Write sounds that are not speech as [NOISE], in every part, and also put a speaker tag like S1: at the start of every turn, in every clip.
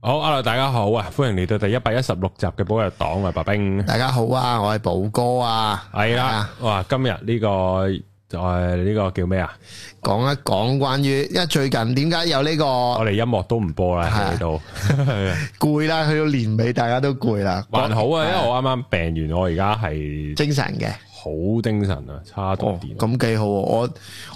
S1: 好，hello，大家好啊，歡迎嚟到第一百一十六集嘅寶藥黨啊，白冰
S2: 大家好啊，我係寶哥啊，
S1: 係啦
S2: 啊，
S1: 哇，今日呢個誒呢個叫咩啊？
S2: 講一講關於，因為最近點解有呢個
S1: 我哋音樂都唔播啦
S2: 哦係啊
S1: 喺
S2: [LAUGHS]
S1: 度，
S2: 攰啦，去到年尾大家都攰啦，
S1: 還好啊，因為我啱啱病完，我而家係
S2: 精神嘅，
S1: 好精神啊，差到
S2: 哦
S1: 電，
S2: 咁幾好喎，我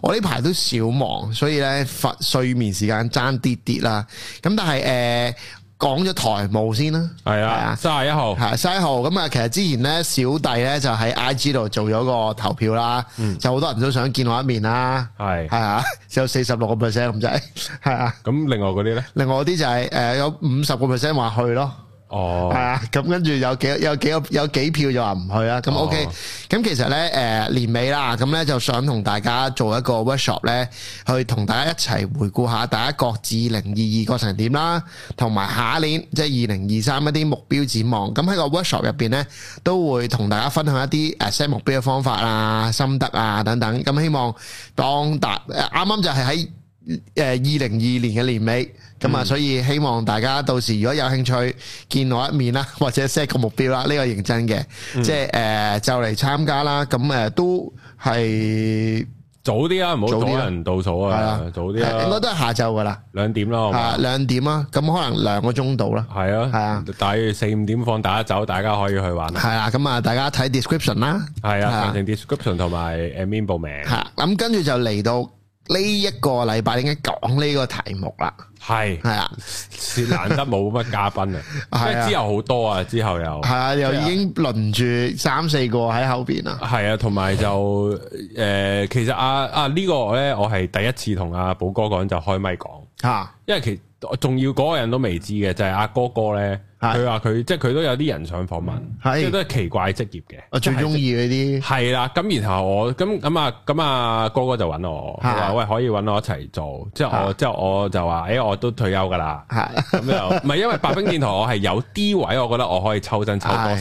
S2: 我呢排都少忙，所以咧瞓睡眠時間爭啲啲啦，咁但係誒、呃、講咗台務先啦。
S1: 係
S2: 係
S1: 啦，
S2: 啊
S1: 三十一號，
S2: 係西豪咁啊！其實之前咧，小弟咧就喺 I G 度做咗個投票啦，就好多人都想見我一面啦，
S1: 嗯係
S2: 係啊， [LAUGHS] 有四十六個 percent 咁滯，係啊。
S1: 咁，另外嗰啲咧，
S2: 另外嗰啲就係、誒、有五十個 percent 話去咯，係、
S1: 哦，
S2: 啊，咁跟住有幾有幾個有幾票就話唔去啦，咁
S1: 哦
S2: OK，咁其實咧誒、年尾啦，咁咧就想同大家做一個 workshop 咧，去同大家一齊回顧下大家各自二零二二過程點啦，同埋下一年即係二零二三一啲目標展望，咁喺個 workshop 入邊咧都會同大家分享一啲誒 set 目標嘅方法啊、心得啊等等，咁希望當達誒啱啱就係喺。誒呃二零二年嘅年尾，咁
S1: 嗯
S2: 啊，所以希望大家到時如果有興趣見我一面啦， [LAUGHS] 或者 set 個目標啦，呢個認真嘅，
S1: 嗯
S2: 即係誒就嚟參加啦，咁誒都係
S1: 早啲啊，唔好
S2: 早啲
S1: 阻
S2: 啊
S1: 人倒數
S2: 係
S1: 啊
S2: 啦，，
S1: 早啲
S2: 係應該
S1: 啊，
S2: 都係下晝噶啦，
S1: 兩點啦，好嘛
S2: 啊兩點啊，咁可能兩個鐘到啦，
S1: 係啊，
S2: 係啊，
S1: 大約四五點放大家走，大家可以去玩啊。
S2: 係啦，咁啊大家睇 description 啦，
S1: 係
S2: 係啊
S1: 啊，詳情 description 同埋 admin 報名。
S2: 嚇，咁跟住就嚟到呢一個禮拜應該講呢個題目啦，
S1: 係
S2: 係啊。
S1: 是難得冇乜嘉賓啊，
S2: 係啊
S1: 即係之後好多啊，之後又
S2: 係啊，又已經輪住三四個喺後邊啦。
S1: 係啊，同埋就誒，其實啊啊呢個咧，我係第一次同阿寶哥講就開咪講，
S2: 嚇
S1: 因為其仲要嗰個人都未知嘅，就係阿哥哥咧，
S2: 係
S1: 佢話佢即係佢都有啲人想訪問，
S2: 係
S1: 即係都係奇怪職業嘅。
S2: 我最中意嗰啲
S1: 係啦，咁然後我咁咁啊咁啊哥哥就揾我，佢
S2: 嚇
S1: 話喂可以揾我一齊做，之後我
S2: 嚇
S1: 之後我就話誒我都退休噶啦，
S2: 係
S1: 咁
S2: [LAUGHS]
S1: 就唔係因為白冰電台我係有啲位，我覺得我可以抽真抽多少少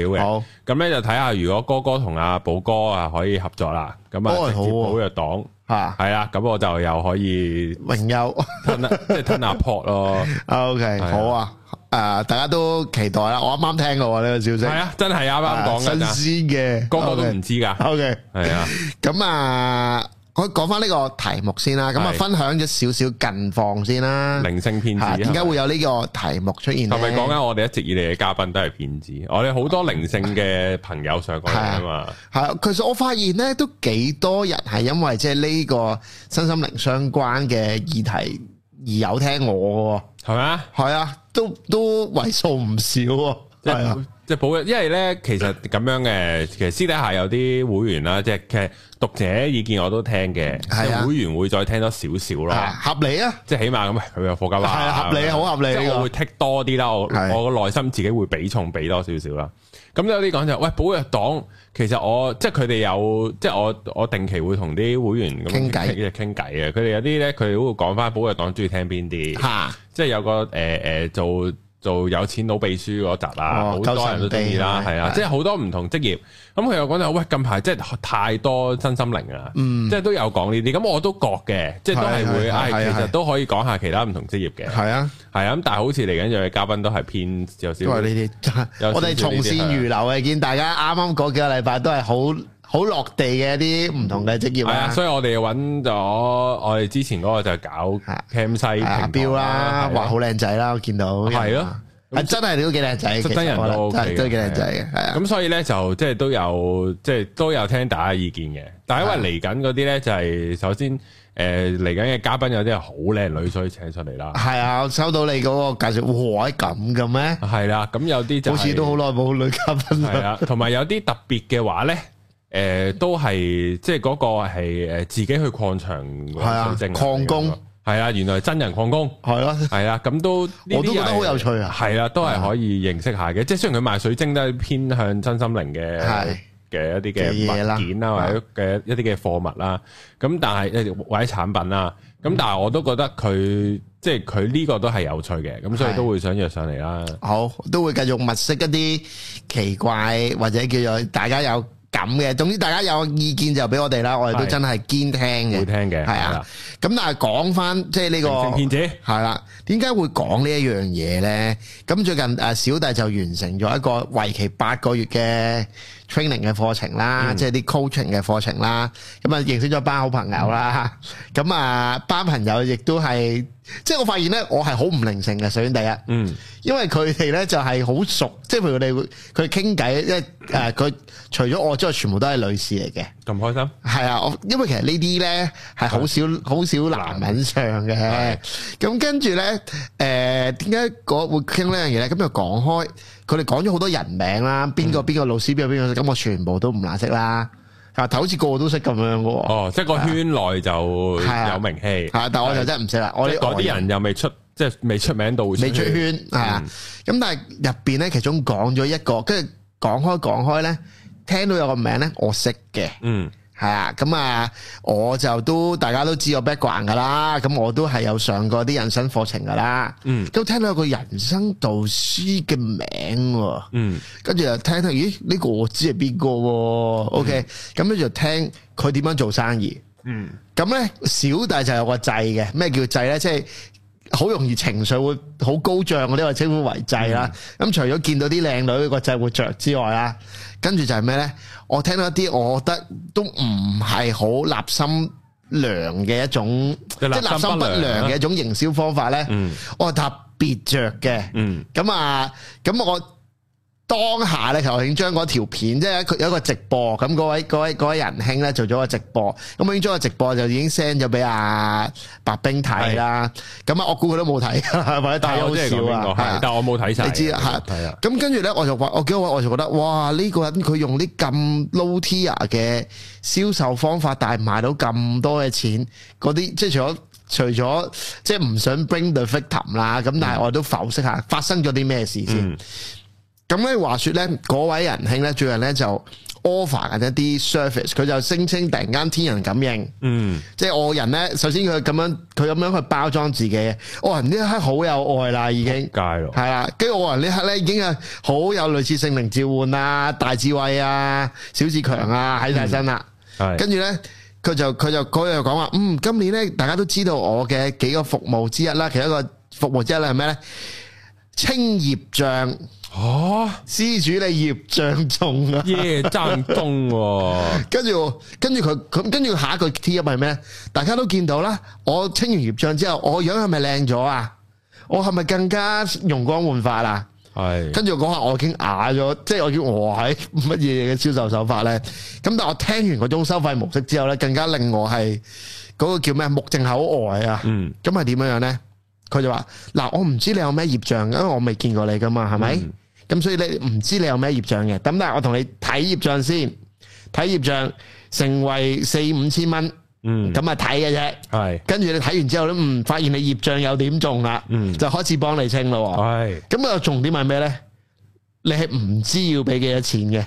S1: 嘅，
S2: 好
S1: 咁咧就睇下如果哥哥同阿寶哥啊可以合作啦，咁
S2: 哦
S1: 啊直
S2: 好
S1: 接
S2: 喎
S1: 寶藥黨
S2: 嚇，
S1: 係啦，咁我就又可以
S2: 榮優
S1: 吞
S2: [LAUGHS]
S1: 啊即係吞阿 pot 咯，
S2: OK à.
S1: 啊
S2: 好啊，誒大家都期待啦。我啱啱聽過喎呢個消息，
S1: 係啊，真係啱
S2: À,
S1: 啱講㗎咋，
S2: 新鮮嘅，
S1: 個個都唔知㗎，
S2: OK。à,
S1: 係啊，
S2: 咁啊，我講翻呢個題目先啦。咁啊，
S1: 係
S2: 分享咗少少近況先啦。
S1: 靈性騙子
S2: 嚇點
S1: 係
S2: 解
S1: 咪
S2: 會有呢個題目出現咧？
S1: 係咪講緊我哋一直以嚟嘅嘉賓都係騙子？我哋好多靈性嘅朋友上過嚟啊嘛，
S2: 係，其實我發現咧，都幾多人係因為即係呢個身心靈相關嘅議題而有聽我
S1: 係咪啊？
S2: 嘅喎，係啊，都都為數唔少喎，
S1: 即
S2: 係啊，
S1: 係即係保，因為咧其實咁樣嘅，其實私底下有啲會員啦，即係其實讀者意見我都聽嘅，即
S2: 係啊
S1: 係會員會再聽多少少咯，
S2: 啊合理啊，
S1: 即係起碼咁佢有貨金
S2: 係
S1: 啦，
S2: 啊，合理，
S1: 咁樣
S2: 好合理
S1: 即係我
S2: 呢
S1: 會剔多啲啦，我
S2: 係
S1: 我個內心自己會比重俾多少少啦。咁有啲講就喂，寶藥黨其實我即係佢哋有即係我我定期會同啲會員咁
S2: 傾偈
S1: 傾傾偈嘅。佢哋有啲咧，佢哋都會講翻寶藥黨中意聽邊
S2: 個
S1: 啲，
S2: 嚇，
S1: 即係有個誒誒、呃做做有錢佬秘書嗰集啦，好、
S2: 哦
S1: 多人都中意啦
S2: 夠，神秘
S1: 係啊，
S2: 係
S1: 即係好多唔同職業。咁佢又講就喂，近排即係太多身心靈啊，即係都有講呢啲。咁我都覺嘅，即係都係會，
S2: 嗯係係
S1: 唉，
S2: 係
S1: 其實
S2: 係
S1: 都可以講下其他唔同職業嘅。
S2: 係啊，
S1: 系啊，咁但系好似嚟緊有嘅嘉賓都係偏有少
S2: 因
S1: 少，
S2: 為你
S1: 有
S2: 哋，
S1: 少少
S2: 我哋
S1: 呢
S2: 從
S1: 啲
S2: 善如流嘅，見大家啱啱嗰幾個禮拜都係好好落地嘅一啲唔同嘅職業
S1: 係啊，
S2: 啊。
S1: 所以我哋揾咗我哋之前嗰個就搞
S2: 係
S1: Cam 西
S2: 係阿
S1: 評
S2: 彪
S1: 啊
S2: 啦，哇，好靚仔啦，我見到
S1: 係咯
S2: 係真係你都幾靚仔，
S1: 真人都 à? OK 嘅
S2: 真係幾靚仔嘅，係啊。
S1: 咁所以咧就即係都有即係都有聽大家意見嘅，但
S2: 啊
S1: 係因為嚟緊嗰啲咧就係首先诶嚟緊嘅嘉賓有啲係好靚女，所以請上嚟啦，
S2: 係啊，我收到你嗰個介紹，哇，咁嘅咩？
S1: 係啦，咁有啲就
S2: 啊好似都好耐冇女嘉賓
S1: 系
S2: 啦。
S1: 啦，同埋有啲特別嘅話咧。诶、都係即係嗰個係诶自己去礦場係
S2: 係啊礦工
S1: 係啊，原來真人礦工，
S2: 係咯，
S1: 系啦，咁都
S2: 我都覺得好有趣啊
S1: 系啦，都係可以認識下嘅。即係雖然佢賣水晶都係偏向真心靈嘅
S2: 係
S1: 嘅一啲
S2: 嘅嘢啦啊
S1: 嘅物件啦，或者嘅一啲嘅貨物啦。咁但係或者產品啦，
S2: 嗯
S1: 咁但係我都覺得佢即係佢呢個都係有趣嘅，咁所以
S2: 係
S1: 都會想約上嚟啦。
S2: 好都會繼續物色一啲奇怪或者叫做大家有咁嘅。總之大家有意見就俾我哋啦，我哋都
S1: 係
S2: 真係堅聽嘅
S1: 會。聽嘅，
S2: 係啊，咁但係講翻即係呢
S1: 係啦，
S2: 個
S1: 成騙。子
S2: 系啦，點解會講呢一樣嘢呢？咁最近誒小弟就完成咗一個為期八個月嘅 training 嘅課程啦，即係啲 coaching 嘅課程啦。咁啊認識咗班好朋友啦。咁啊班朋友亦都係，即係我發現呢，我係好唔靈性嘅。首先第一。
S1: 嗯，
S2: 因為佢哋咧就係好熟，即係譬如佢哋會佢傾偈，因為
S1: 嗯
S2: 誒佢除咗我之外，全部都係女士嚟嘅。
S1: 咁開心，
S2: 係啊，我因為其實呢啲咧係好少
S1: 嗯
S2: 好少男人唱嘅，咁跟住咧誒點解我會傾呢樣嘢咧？咁就講開，佢哋講咗好多人名啦，邊
S1: 嗯
S2: 個邊個老師邊個邊個，咁我全部都唔難識啦。啊，但好似個個都識咁樣嘅喎，
S1: 哦，即係個圈內就
S2: 啊係啊
S1: 有名氣，
S2: 係啊，但我就真係唔識啦。我
S1: 我
S2: 哋
S1: 嗰
S2: 外
S1: 啲人又未出，即係未出名到會
S2: 未出
S1: 圈
S2: 圈啊！咁但係入邊咧，其中講咗一個，跟住講開講開咧，聽到有個名咧，我識嘅，
S1: 嗯，
S2: 係啊，咁啊，我就都大家都知我 background 噶啦，咁我都係有上過啲人生課程噶啦，
S1: 嗯，
S2: 都聽到有個人生導師嘅名喎，
S1: 嗯，
S2: 跟住就聽到，咦呢、個我知係邊個喎？OK，咁咧就聽佢點樣做生意。
S1: 嗯，
S2: 咁咧小弟就有個掣嘅，咩叫掣咧？即係好容易情緒會好高漲嗰啲，我稱呼為掣啦。咁、
S1: 嗯
S2: 除咗見到啲靚女個掣會着之外啦，跟住就係咩咧？我聽到一啲我覺得都唔係好立心良嘅一種，
S1: 即
S2: 即
S1: 係
S2: 係
S1: 立
S2: 立
S1: 心
S2: 心
S1: 不
S2: 不
S1: 良啊
S2: 良嘅一種營銷方法咧，
S1: 嗯
S2: 我特別着嘅。
S1: 嗯，
S2: 咁啊，咁我當下咧，其實我已經將嗰條片，即係佢有一個直播，咁嗰位嗰位嗰位仁兄咧做咗個直播，咁我已經將個直播就已經 send 咗俾阿白冰睇啦。咁啊，我估佢都冇睇， [LAUGHS] 或者
S1: 但
S2: 睇
S1: 係我即係講
S2: 好
S1: 邊
S2: 少
S1: 個，係
S2: 啊，。
S1: 但係我冇睇晒嘅，
S2: 你知
S1: 係
S2: 啊，
S1: 係啊，
S2: 咁跟住咧，我就話我幾好，我就覺得哇，呢、個人佢用啲咁 low tier 嘅銷售方法，但係賣到咁多嘅錢，嗰啲即係除咗除咗即係唔想 bring the victim 啦，咁但係我都剖析下發生咗啲咩事先。
S1: 嗯
S2: 咁咧話說咧，嗰位仁兄咧最近咧就 offer 緊一啲 service，佢就聲稱突然間天人感應。
S1: 嗯，
S2: 即係我人咧，首先佢咁樣，佢咁樣去包裝自己，我人呢一刻好有愛啦，已經。
S1: 街咯
S2: 系，啦，啊跟住我人呢刻咧已經係好有類似聖靈召喚啊、大智慧啊、小志強啊喺晒身啦。
S1: 嗯係，
S2: 跟住咧，佢就佢就佢就講話，嗯，今年咧大家都知道我嘅幾個服務之一啦，其中一個服務之一咧係咩咧？清業障，
S1: 哦，
S2: 施主你業障重啊！
S1: 耶，爭東
S2: [LAUGHS]
S1: 喎，
S2: 跟住，跟住佢，咁跟住下一句 T 音係咩？大家都見到啦，我清完業障之後，我樣係咪靚咗啊？我係咪更加容光煥發啊？
S1: 係，
S2: 跟住我講下，我已經啞咗，即係我已經我喺乜嘢嘅銷售手法咧。咁但係我聽完嗰種收費模式之後咧，更加令我係嗰、個叫咩目瞪口呆啊！
S1: 嗯，
S2: 咁係點樣樣咧？佢就話：嗱，我唔知你有咩業障，因為我未見過你噶嘛，係咪？
S1: 嗯
S2: 咁、所以你唔知你有咩業障嘅。咁但係我同你睇業障先，睇業障成為四五千蚊，
S1: 嗯，
S2: 咁啊睇嘅啫。
S1: 係，
S2: 跟住你睇完之後咧，嗯，發現你業障有點重啦，
S1: 嗯
S2: 就開始幫你清咯喎。
S1: 係，
S2: 咁啊，重點係咩咧？你係唔知要俾幾多錢嘅？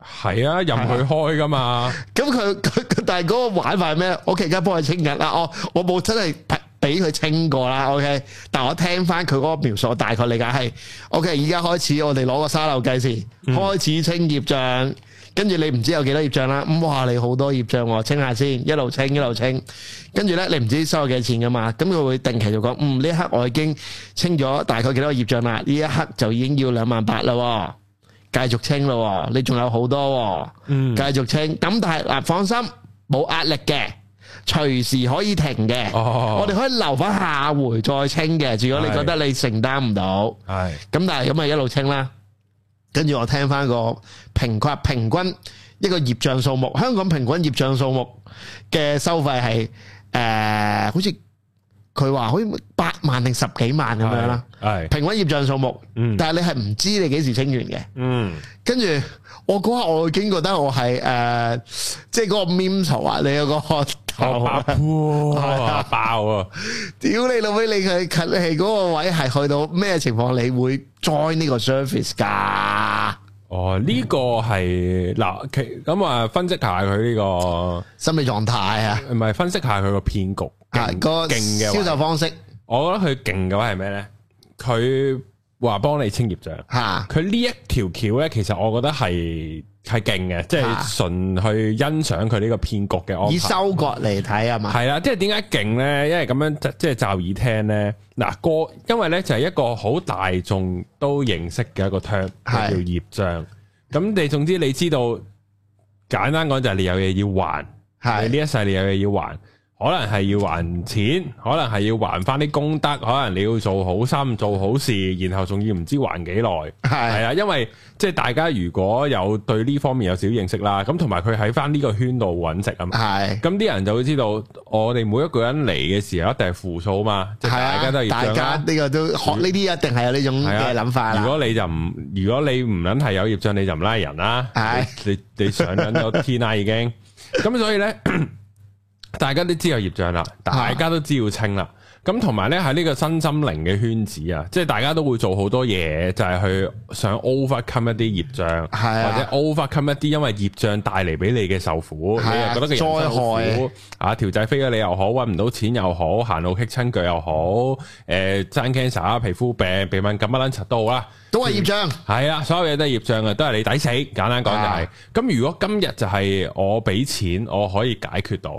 S1: 係啊，任佢開噶嘛，
S2: 咁佢 [LAUGHS] 佢佢但係嗰個玩法係咩？我其實而家幫佢清緊啦，我我冇真係俾佢清過啦，OK。但我聽翻佢嗰個描述，我大概理解係 OK。而家開始我哋攞個沙漏計時，開始清業障，跟住你唔知有幾多業障啦。咁哇，你好多業障喎，清下先，一路清一路清。跟住咧，你唔知收咗幾多錢噶嘛？咁佢會定期就講，嗯，呢一刻我已經清咗大概幾多個業障啦，呢一刻就已經要兩萬八啦喎。繼續清咯喎，你仲有好多
S1: 嗯
S2: 喎，繼續清。咁但係嗱，放心，冇壓力嘅，隨時可以停嘅。
S1: 哦
S2: 我哋可以留翻下回再清嘅。如果你覺得你承擔唔到，
S1: 係，
S2: 咁但係咁咪一路清啦。跟住我聽翻個平均平均一個業障數目，香港平均業障數目嘅收費係誒、呃好似佢話好似八萬定十幾萬咁樣啦。
S1: 係，
S2: 平均業障數目，
S1: 嗯
S2: 但係你係唔知你幾時清完嘅。
S1: 嗯，
S2: 跟住我嗰下我已經覺得我係誒、呃即係嗰個 meme 圖啊，你有個頭
S1: 爆 [LAUGHS]
S2: 啊，
S1: 哇，爆啊，
S2: 屌你老味，你佢近氣嗰個位係去到咩情況，你會 join 呢個 service 㗎？
S1: 哦，呢個係嗱，其咁啊，分析下佢呢個，
S2: 心理狀態啊，
S1: 唔係分析下佢個騙局，
S2: 啊
S1: 勁
S2: 個
S1: 勁嘅
S2: 銷
S1: 位
S2: 售方式
S1: 我覺得佢勁嘅話係咩咧？佢話幫你清業障，
S2: 嚇，
S1: 佢呢一條橋咧，其實我覺得係係勁嘅，即
S2: 啊
S1: 係純去欣賞佢呢個騙局嘅安排。
S2: 以收割嚟睇啊嘛，
S1: 係啦，即係點解勁咧？因為咁樣即即係罩耳聽咧，嗱個因為咧就係一個好大眾都認識嘅一個 term
S2: 係
S1: 叫業障。咁你總之你知道，簡單講就係你有嘢要還，
S2: 係
S1: 你呢一世你有嘢要還，可能係要還錢，可能係要還翻啲功德，可能你要做好心做好事，然後仲要唔知還幾耐。係
S2: 係
S1: 啊，因為即係大家如果有對呢方面有少少認識啦，咁同埋佢喺翻呢個圈度揾食啊嘛。
S2: 係
S1: 咁啲人就會知道，我哋每一個人嚟嘅時候一定係負數嘛，即係
S2: 係
S1: 大家都係
S2: 啊，大
S1: 業障
S2: 家
S1: 啦。嗯
S2: 呢個都學呢啲一定係有呢種
S1: 係啊
S2: 嘅諗法
S1: 如
S2: 啦，
S1: 果你就唔，如果你唔撚係有業障，你就唔拉人啦。
S2: 係
S1: 你你你上緊咗天啦已
S2: [LAUGHS]
S1: 經。咁所以呢， [CLEARS THROAT] 大家都知有業障啦，
S2: 啊
S1: 大家都知要清啦。咁同埋呢，喺呢個身心靈嘅圈子啊，即係大家都會做好多嘢，就係去想 overcome 一啲業障，
S2: 係啊
S1: 或者 overcome 一啲因為業障帶嚟俾你嘅受苦，
S2: 係啊
S1: 你又覺得佢人生好
S2: 災害
S1: 苦啊，條仔飛咗你又好，揾唔到錢又好，行路棘親腳又好，誒、生 cancer、皮膚病、鼻敏感乜撚柒都好啦。
S2: 都係業障，
S1: 系啊，所有嘢都係業障嘅，都係你抵死。簡單講就係、
S2: 啊
S1: 咁如果今日就係我俾錢，我可以解決到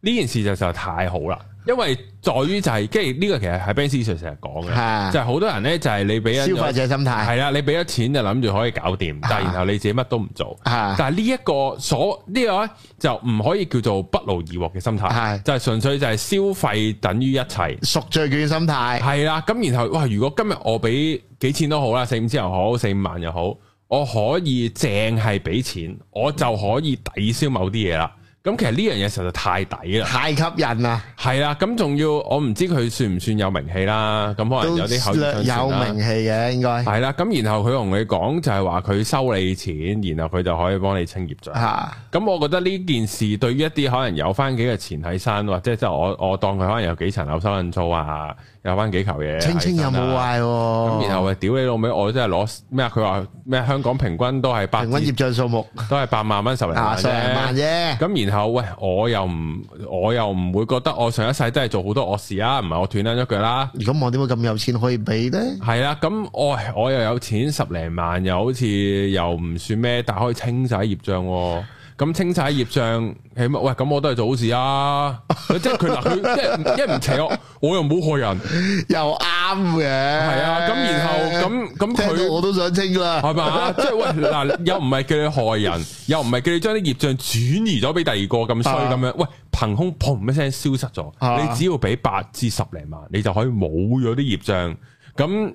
S1: 呢件事就實在太好啦。因為在於就係、跟住呢個其實係 Ben Sir 成日講
S2: 啊
S1: 嘅，就係好多人咧就係你俾
S2: 消
S1: 咗
S2: 費者心態
S1: 係啦，你俾咗錢就諗住可以搞掂，
S2: 啊
S1: 但係然後你自己乜都唔做。
S2: 嚇，
S1: 但係呢一個所呢、個咧就唔可以叫做不勞而獲嘅心態，
S2: 係
S1: 就係純粹就係消費等於一切。
S2: 贖罪券心態
S1: 系啦，咁然後哇，如果今日我俾幾錢都好啦，四五千又好，四五萬又好，我可以淨係俾錢，我就可以抵消某啲嘢啦。咁其實呢樣嘢實在太抵啦，
S2: 太吸引啦，
S1: 係啦，咁仲要我唔知佢算唔算有名氣啦，咁可能
S2: 都
S1: 有啲口耳相
S2: 略有
S1: 傳啦
S2: 名氣嘅應該
S1: [LAUGHS] 係啦，咁然後佢同你講就係話佢收你錢，然後佢就可以幫你清業障。
S2: 嚇，
S1: 咁我覺得呢件事對於一啲可能有翻幾個錢喺身，或者即係我我當佢可能有幾層樓收緊租啊，有翻幾球嘢喺身
S2: 清
S1: 啊，
S2: 清有冇壞
S1: 咁
S2: 喎？
S1: 然後喂，屌你老味，我真係攞咩啊？佢話咩香港平均都係八
S2: 平均業
S1: 至
S2: 障數目
S1: 都係八萬蚊十零
S2: 啊，
S1: 萬
S2: 十零萬
S1: 啫。
S2: 啫，
S1: 咁然後喂，我又唔我又唔會覺得我上一世都係做好多惡事啊，唔係我斷撚咗腳啦。
S2: 如果我點會咁有錢可以俾咧？
S1: 係啦，咁我我又有錢十零萬，又好似又唔算咩，但可以清洗業障喎。咁清洗業障，起碼喂，咁我都係做好事啊！即係佢 [LAUGHS] 嗱，佢即係一唔邪我，我又冇害人，
S2: 又啱嘅，
S1: 係
S2: 係
S1: 啊。咁然後咁咁
S2: 聽
S1: 佢
S2: 到我都想清啦，
S1: 系嘛？即系喂嗱，又唔系叫你害人，又唔系叫你將啲業障轉移咗俾第二個咁衰
S2: 啊
S1: 咁樣。喂，憑空砰一聲消失咗，
S2: 啊
S1: 你只要俾八至十零萬，你就可以冇咗啲業障。咁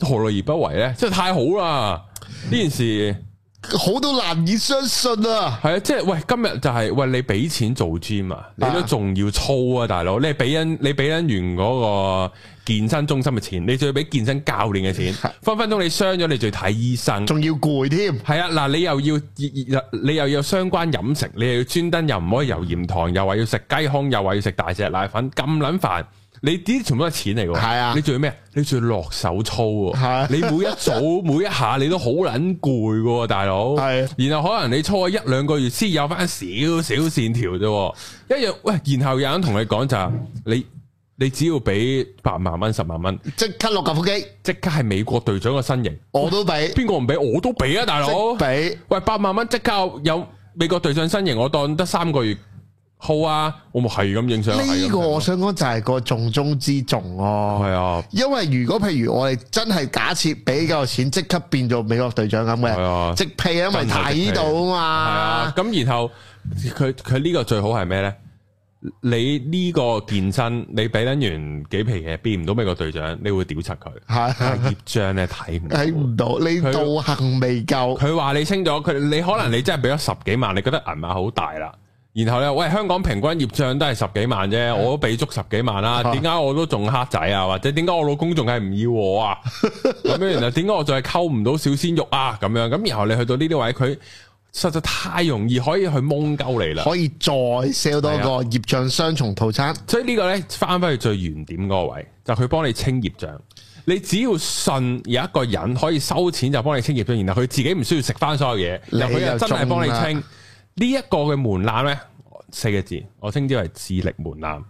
S1: 何樂而不為咧？即係太好啦！呢件事
S2: 好到難以相信啊！
S1: 係啊，即係喂，今日就係喂你俾錢做 gym 啊，你都
S2: 啊
S1: 仲要操啊，大佬！你係俾緊你俾緊完嗰個健身中心嘅錢，你仲要俾健身教練嘅錢，分分鐘你傷咗，你仲要睇醫生。
S2: 仲要攰添，
S1: 系啊，嗱，你又要你又要相關飲食，你又要專登又唔可以油鹽糖，又話要食雞胸，又話要食大隻奶粉，咁撚煩。你呢啲全部都係錢嚟㗎喎，
S2: 係啊
S1: 你仲要咩？你仲要落手操喎，
S2: 係啊
S1: 你每一組每一下你都好撚攰㗎喎，大佬。
S2: 係
S1: 然後可能你操咗一兩個月先有翻少少線條啫喎，一樣喂。然後有人同你講就係你你只要俾八萬蚊、十萬蚊，
S2: 即刻落架腹肌，
S1: 即刻係美國隊長嘅身形，
S2: 我都俾，
S1: 邊個唔俾我都俾啊，大佬
S2: 即。俾
S1: 喂，八萬蚊即刻有美國隊長身形，我當得三個月好啊，我咪係咁影相。
S2: 呢個，我想講就係個重中之重
S1: 係
S2: 哦。
S1: 啊，
S2: 因為如果譬如我哋真係假設俾夠錢，即刻變做美國隊長咁
S1: 係啊
S2: 嘅，即屁啊因為
S1: 真係即屁
S2: 睇到
S1: 係
S2: 啊
S1: 啊，
S2: 嘛，
S1: 咁然後佢佢呢個最好係咩咧？你呢個健身，你俾撚完幾皮嘢，變唔到美國隊長，你會屌柒佢。但係
S2: 係
S1: 業障咧睇唔到
S2: 睇唔到，你
S1: 佢
S2: 道行未夠，
S1: 佢話你升咗，佢你可能你真係俾咗十幾萬，你覺得銀碼好大啦。然後咧，喂，香港平均業障都係十幾萬啫，我都俾足十幾萬啦。
S2: 啊
S1: 點解我都仲黑仔啊？或者點解我老公仲係唔要我啊？咁樣然後點解我仲係溝唔到小鮮肉啊？咁樣咁然後你去到呢啲位，佢實在太容易可以去蒙鳩你啦。
S2: 可以再 sell 多個業障雙重套餐，
S1: 所以呢個呢，翻返去最原點嗰個位，就佢、幫你清業障。你只要信有一個人可以收錢就幫你清業障，然後佢自己唔需要食翻所有嘢，
S2: 你
S1: 然後佢又
S2: 又
S1: 真係
S2: 中
S1: 幫你
S2: 啦
S1: 清。呢一個嘅門檻
S2: [LAUGHS]
S1: 呢，四個字，我稱之為智力門檻。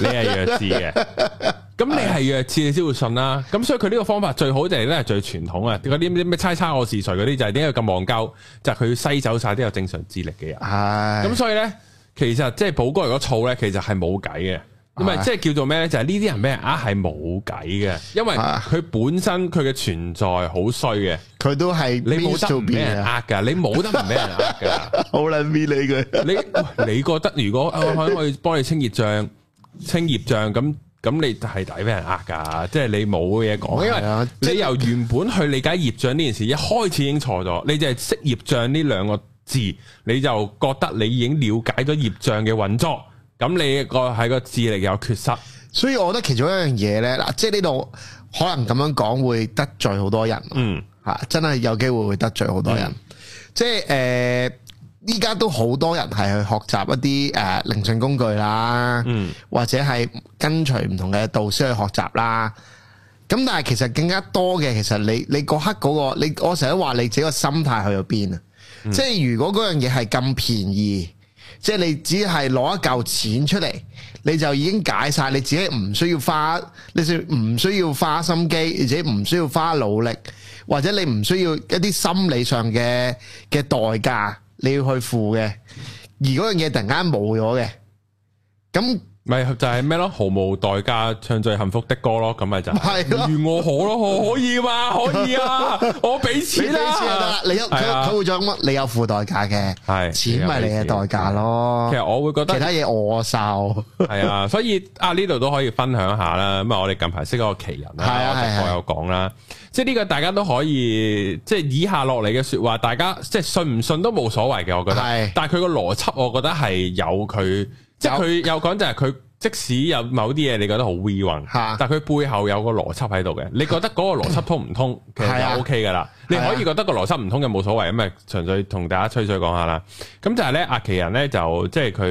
S1: 你係弱智嘅，咁咁你係弱智你先會信啦。咁所以佢呢個方法最好就係咧最傳統啊，嗰啲啲咩猜猜我是誰嗰啲就係點解咁戇鳩，就係佢要篩走晒啲有正常智力嘅人。
S2: 唉，
S1: 咁所以咧，其實即係寶哥如果燥咧，其實係冇計嘅。咁啊，
S2: 係
S1: 即係叫做咩咧？就係呢啲人俾人呃係冇計嘅，因為
S2: 係
S1: 佢本身佢嘅存在好衰嘅，
S2: 佢都係
S1: 你冇
S2: means
S1: 得
S2: to
S1: 唔俾
S2: be
S1: 人
S2: 啊，
S1: 呃㗎，你冇得唔俾人呃㗎。
S2: 好撚 mean 你佢，
S1: 你喂你覺得如果啊我可以幫你清熱帳、清熱帳咁咁，你係抵俾人呃㗎，即係你冇嘢講，因
S2: 係啊
S1: 為你由原本去理解熱帳呢件事，一開始已經錯咗，你就係識熱帳呢兩個字，你就覺得你已經了解咗熱帳嘅運作，咁你個係個智力有缺失，
S2: 所以我覺得其中一樣嘢咧，嗱，即係呢度可能咁樣講會得罪好多人，
S1: 嗯，
S2: 吓真係有機會會得罪好多人。即係诶，呃依家都好多人係去學習一啲诶聆訊工具啦，
S1: 嗯
S2: 或者係跟隨唔同嘅導師去學習啦。咁但係其實更加多嘅，其實你你嗰刻嗰、個你，我成日都話你自己個心態去到邊啊？即係如果嗰樣嘢係咁便宜，即係你只係攞一嚿錢出嚟，你就已經解晒，你自己唔需要花，你就唔需要花心機，而且唔需要花努力，或者你唔需要一啲心理上嘅嘅代價你要去付嘅，而嗰樣嘢突然間冇咗嘅，咁。
S1: 咪就係咩咯？毫無代價唱最幸福的歌咯，咁咪就係
S2: 係咯
S1: 如我可咯，我可以嘛，可以啊，我俾
S2: 你
S1: 錢
S2: 俾錢就得
S1: 啦
S2: 啦，，你有佢
S1: 係啊
S2: 佢會再乜？你有付代價嘅，
S1: 係
S2: 錢咪你嘅代價咯
S1: 其。實我會覺
S2: 其
S1: 得
S2: 他嘢我受，
S1: [LAUGHS]
S2: [LAUGHS]
S1: 係啊，所以啊呢度都可以分享下啦。咁啊，我哋近排識嗰個奇人啦，
S2: 係啊
S1: 我
S2: 係
S1: 直
S2: 啊
S1: 播有講啦。即係呢個大家都可以，即係以下落嚟嘅说話，大家即係信唔信都冇所謂嘅，我覺得
S2: 係。
S1: 但係佢個邏輯，我覺得係有佢，即係佢有講就係佢。即使有某啲嘢你覺得好 we 混
S2: 嚇，
S1: 但係佢背後有個邏輯喺度嘅，你覺得嗰個邏輯通唔通，其
S2: 係
S1: 實
S2: 啊
S1: 就 OK 噶啦。你
S2: 係啊
S1: 可以覺得個邏輯唔通嘅冇所謂，咁咪純粹同大家吹水講下啦。咁就係咧，阿奇人咧就即係佢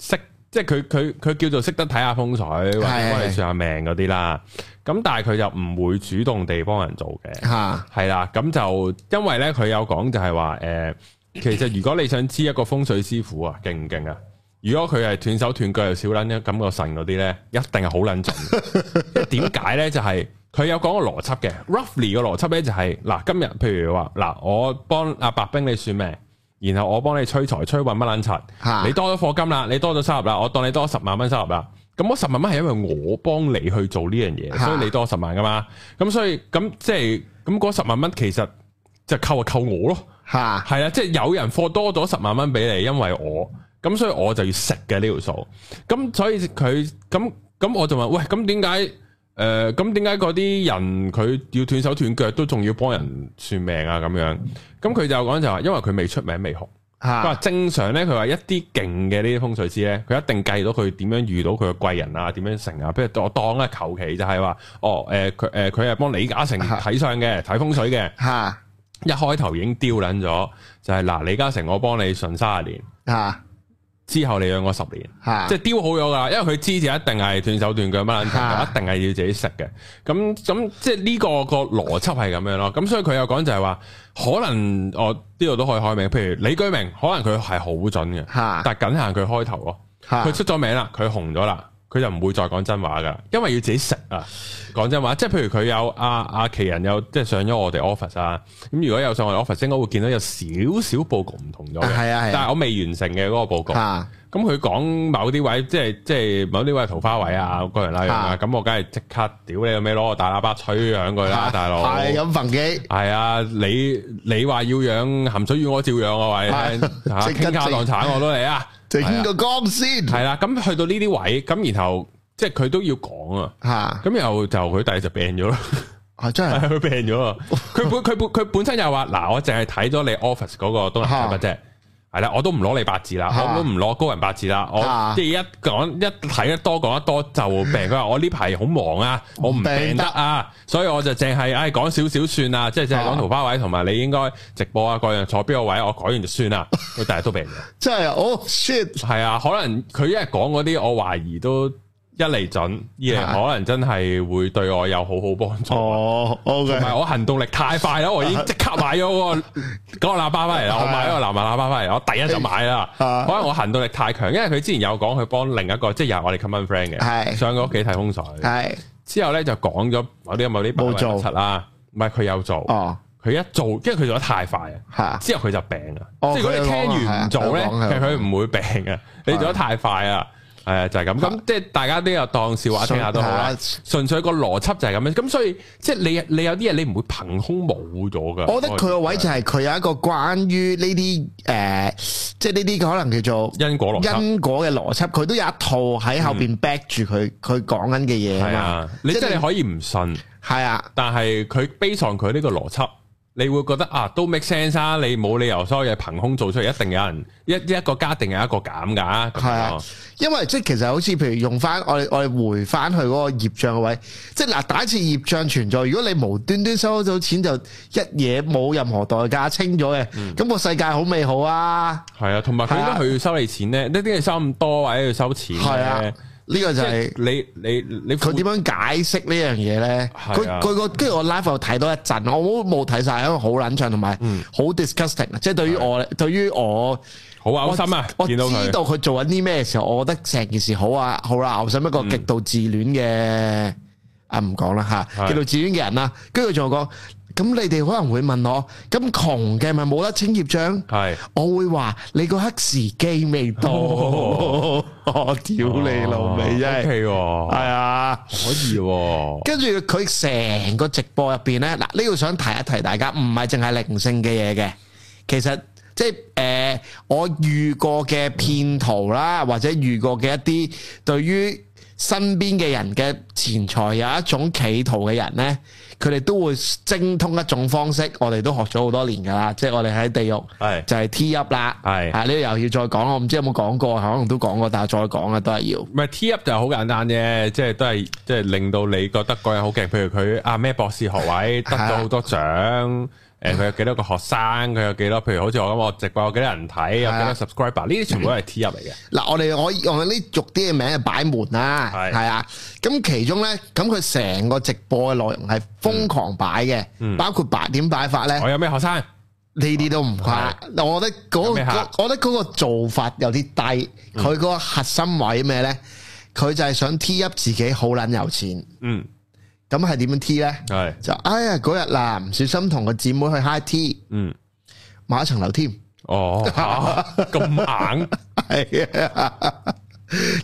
S1: 識，即係佢佢佢叫做識得睇下風水或者幫你算下命嗰啲啦。咁但係佢就唔會主動地幫人做嘅，
S2: 吓
S1: 係啦。咁就因為咧佢有講就係話誒，其實如果你想知一個風水師傅啊勁唔勁啊？如果佢係斷手斷腳又少撚咁個腎嗰啲咧，一定係好撚準。即係點解咧？就係、佢有講個邏輯嘅，roughly 個邏輯咧就係、嗱，今日譬如話嗱，我幫阿白冰你算命，然後我幫你催財催運乜撚柒。
S2: 吓
S1: 你，多咗課金啦，你多咗收入啦，我當你多咗十萬蚊收入啦。咁我十萬蚊係因為我幫你去做呢樣嘢，
S2: 嚇
S1: 所以你多咗十萬噶嘛。咁所以咁即係咁嗰十萬蚊其實就扣就扣我咯，
S2: 吓
S1: 係啊，即係有人課多咗十萬蚊俾你，因為我咁，所以我就要食嘅呢條數。咁所以佢咁咁我就問喂，咁點解？誒咁點解嗰啲人佢要斷手斷腳都仲要幫人算命啊咁樣？咁佢就講就話，因為佢未出名未紅。佢話
S2: 吓
S1: 正常咧，佢話一啲勁嘅呢啲風水師咧，佢一定計到佢點樣遇到佢嘅貴人啊，點樣成啊。譬如我當咧，求其就係話，哦，誒佢誒佢係幫李嘉誠睇相嘅，睇風水嘅。
S2: 吓
S1: 一開頭已經刁撚咗，就係、嗱，李嘉誠我幫你順三十年，
S2: 吓
S1: 之後你養我十年。
S2: 吓，
S1: 即係丟好咗㗎，因為佢知就一定係斷手斷腳乜撚
S2: 嚇
S1: 一定係要自己食嘅。咁咁即係呢個個邏輯係咁樣咯。咁所以佢有講就係話，可能我呢度都可以開名，譬如李居明，可能佢係好準嘅，
S2: 嚇
S1: 但係僅限佢開頭咯。
S2: 嚇
S1: 佢出咗名啦，佢紅咗啦，佢就唔會再講真話㗎，因為要自己食啊。講真話，即係譬如佢有阿阿奇人有即係上咗我哋 office 啊，咁如果有上我哋 office，應該會見到有少少佈局唔同咗嘅。
S2: 係啊係啊啊
S1: 但係我未完成嘅嗰個佈局。
S2: 吓
S1: 咁佢講某啲位，即係即係某啲位係桃花位啊，個人啦樣啊，
S2: 啊
S1: 咁我梗係即刻屌你個咩攞個大喇叭吹養佢啦，大佬。
S2: 啊係咁焚機，
S1: 係啊，你你話要養鹹水魚，我照養 [LAUGHS] 啊，話你聽
S2: 係
S1: 嚇
S2: 即刻
S1: 傾家蕩產我都嚟啊，
S2: 整個光先
S1: 係啊啦，咁去到呢啲位，咁然後即係佢都要講啊，
S2: 吓，
S1: 咁又就佢第二日就病咗啦。
S2: 係真係
S1: 係 [LAUGHS] 佢病咗啊！佢本佢本佢本身又話嗱，我淨係睇咗你 office 嗰個東南亞啫，係啦，我都唔攞你八字啦，
S2: 嚇
S1: 我都唔攞高人八字啦，我
S2: 嚇
S1: 即係一講一睇得多講得多就病。佢話我呢排好忙啊，我唔病
S2: 病
S1: 得
S2: 得
S1: 啊，所以我就淨係唉講少少算啊啦，即係淨係
S2: 嚇
S1: 講桃花位同埋你應該直播啊各樣坐邊個位，我改完就算
S2: [LAUGHS]
S1: 啦。佢第日都病咗，
S2: 真係，oh shit，
S1: 係啊，可能佢一係講嗰啲，我懷疑都一嚟準，二
S2: 嚇
S1: 嚟可能真係會對我有好好幫助。
S2: 哦，OK，
S1: 同埋我行動力太快啦，我已
S2: [LAUGHS]
S1: 經即刻買咗嗰個嗰個喇叭翻嚟啦，我買咗個藍牙喇叭翻嚟，我第一就買啦。可
S2: [LAUGHS] 啊
S1: 能我行動力太強，因為佢之前有講佢幫另一個，即係又係我哋 common friend 嘅，
S2: 係
S1: 上佢屋企睇風水，
S2: 係
S1: 之後咧就講咗某啲某啲
S2: 冇做
S1: 七啦，唔係佢有做，
S2: 哦，
S1: 佢一做，因為佢做得太快啊。
S2: 係啊，
S1: 之後佢就病啊！
S2: 哦
S1: 即係如果你聽完唔做咧，
S2: 佢有講啊
S1: 其
S2: 係啊
S1: 實佢唔會病啊。你做得太快啊，係啊，就係咁。咁即係大家都有當笑話聽下都好啦
S2: 信。係啊
S1: 純粹個邏輯就係咁樣。咁所以即係你你有啲嘢你唔會憑空冇咗噶。
S2: 我覺得佢個位就係佢有一個關於呢啲誒，即係呢啲可能叫做
S1: 因果邏輯
S2: 因果嘅邏輯，佢都有一套喺後邊 back 住佢佢講緊嘅嘢
S1: 係
S2: 啊
S1: 啊，你即係你可以唔信，
S2: 嘛，係啊，
S1: 但係佢 base on 佢呢個邏輯，你會覺得啊都 make sense 啊！你冇理由所有嘢憑空做出嚟，一定有人一一個加一定有一個減㗎。咁
S2: 係啊
S1: 樣，
S2: 因為即係其實好似譬如用翻我哋我哋回翻去嗰個業障嘅位，即係嗱打一次業障存在，如果你無端端收到錢就一嘢冇任何代價清咗嘅，咁、個世界好美好啊！
S1: 係啊，同埋佢
S2: 係
S1: 應
S2: 啊
S1: 該去收你錢咧，呢啲你收咁多或者要收錢
S2: 係啊
S1: 咧。
S2: 呢、個就係、
S1: 即係你你你
S2: 佢點
S1: 樣？
S2: 樣解釋呢樣嘢咧？佢
S1: 係啊
S2: 佢個跟住我 live 又睇多一陣，我冇冇睇晒，因為好撚長同埋好 disgusting 啊。即係對於我，對於我，
S1: 好
S2: 我
S1: 嘔心啊！
S2: 我
S1: 見
S2: 知
S1: 到佢
S2: 道佢做緊啲咩嘅時候，我覺得成件事好啊，好啦，我想一個
S1: 嗯
S2: 極度自戀嘅啊，唔講啦嚇，
S1: 係
S2: 極度自戀嘅人啦。跟住仲講，咁你哋可能會問我，咁窮嘅咪冇得清業障？
S1: 係
S2: 我會話你個黑時機未到，
S1: 哦
S2: 我 [LAUGHS] 屌你老味真係，
S1: 係
S2: 係
S1: 哦喎，
S2: 啊！
S1: 可以喎，
S2: 跟住佢成個直播入邊呢，嗱呢度想提一提大家，唔係淨係靈性嘅嘢嘅，其實即係誒、呃我遇過嘅騙徒啦，或者遇過嘅一啲對於身邊嘅人嘅錢財有一種企圖嘅人呢，佢哋都會精通一種方式，我哋都學咗好多年㗎啦，即係我哋喺地獄。
S1: 係
S2: 就係 T up 啦，
S1: 係
S2: 啊呢度又要再講，我唔知有冇講過，可能都講過，但係再講啊都係要。
S1: 唔係 T up 就好簡單啫，即係都係即係令到你覺得嗰人好勁，譬如佢啊咩博士學
S2: [LAUGHS]
S1: 位得
S2: 啊
S1: 咗好多獎。誒佢有幾多個學生？佢有幾多？譬如好似我咁，我直播有幾多人睇，有幾
S2: 係
S1: 多
S2: 啊
S1: subscriber？呢啲全部都係 T 入嚟嘅。
S2: [LAUGHS] 嗱，我哋我用呢俗啲嘅名係擺門啦，
S1: 係
S2: 係啊，咁其中咧，咁佢成個直播嘅內容係瘋狂擺嘅，包括擺點擺法咧，呢
S1: 嗯我有咩學生？
S2: 啲都唔誇。我覺得嗰、
S1: 有咩客嗯
S2: 嗰我覺得嗰個做法有啲低，佢嗰個核心位咩咧？佢就係想 T up 自己好撚有錢，
S1: 嗯，
S2: 咁係點樣 T 咧？
S1: 係，
S2: 就哎呀嗰日嗱，唔小心同個姊妹去 high tea，
S1: 嗯，
S2: 買一層樓添。 [LAUGHS]
S1: 哦，嚇咁硬，
S2: 系啊，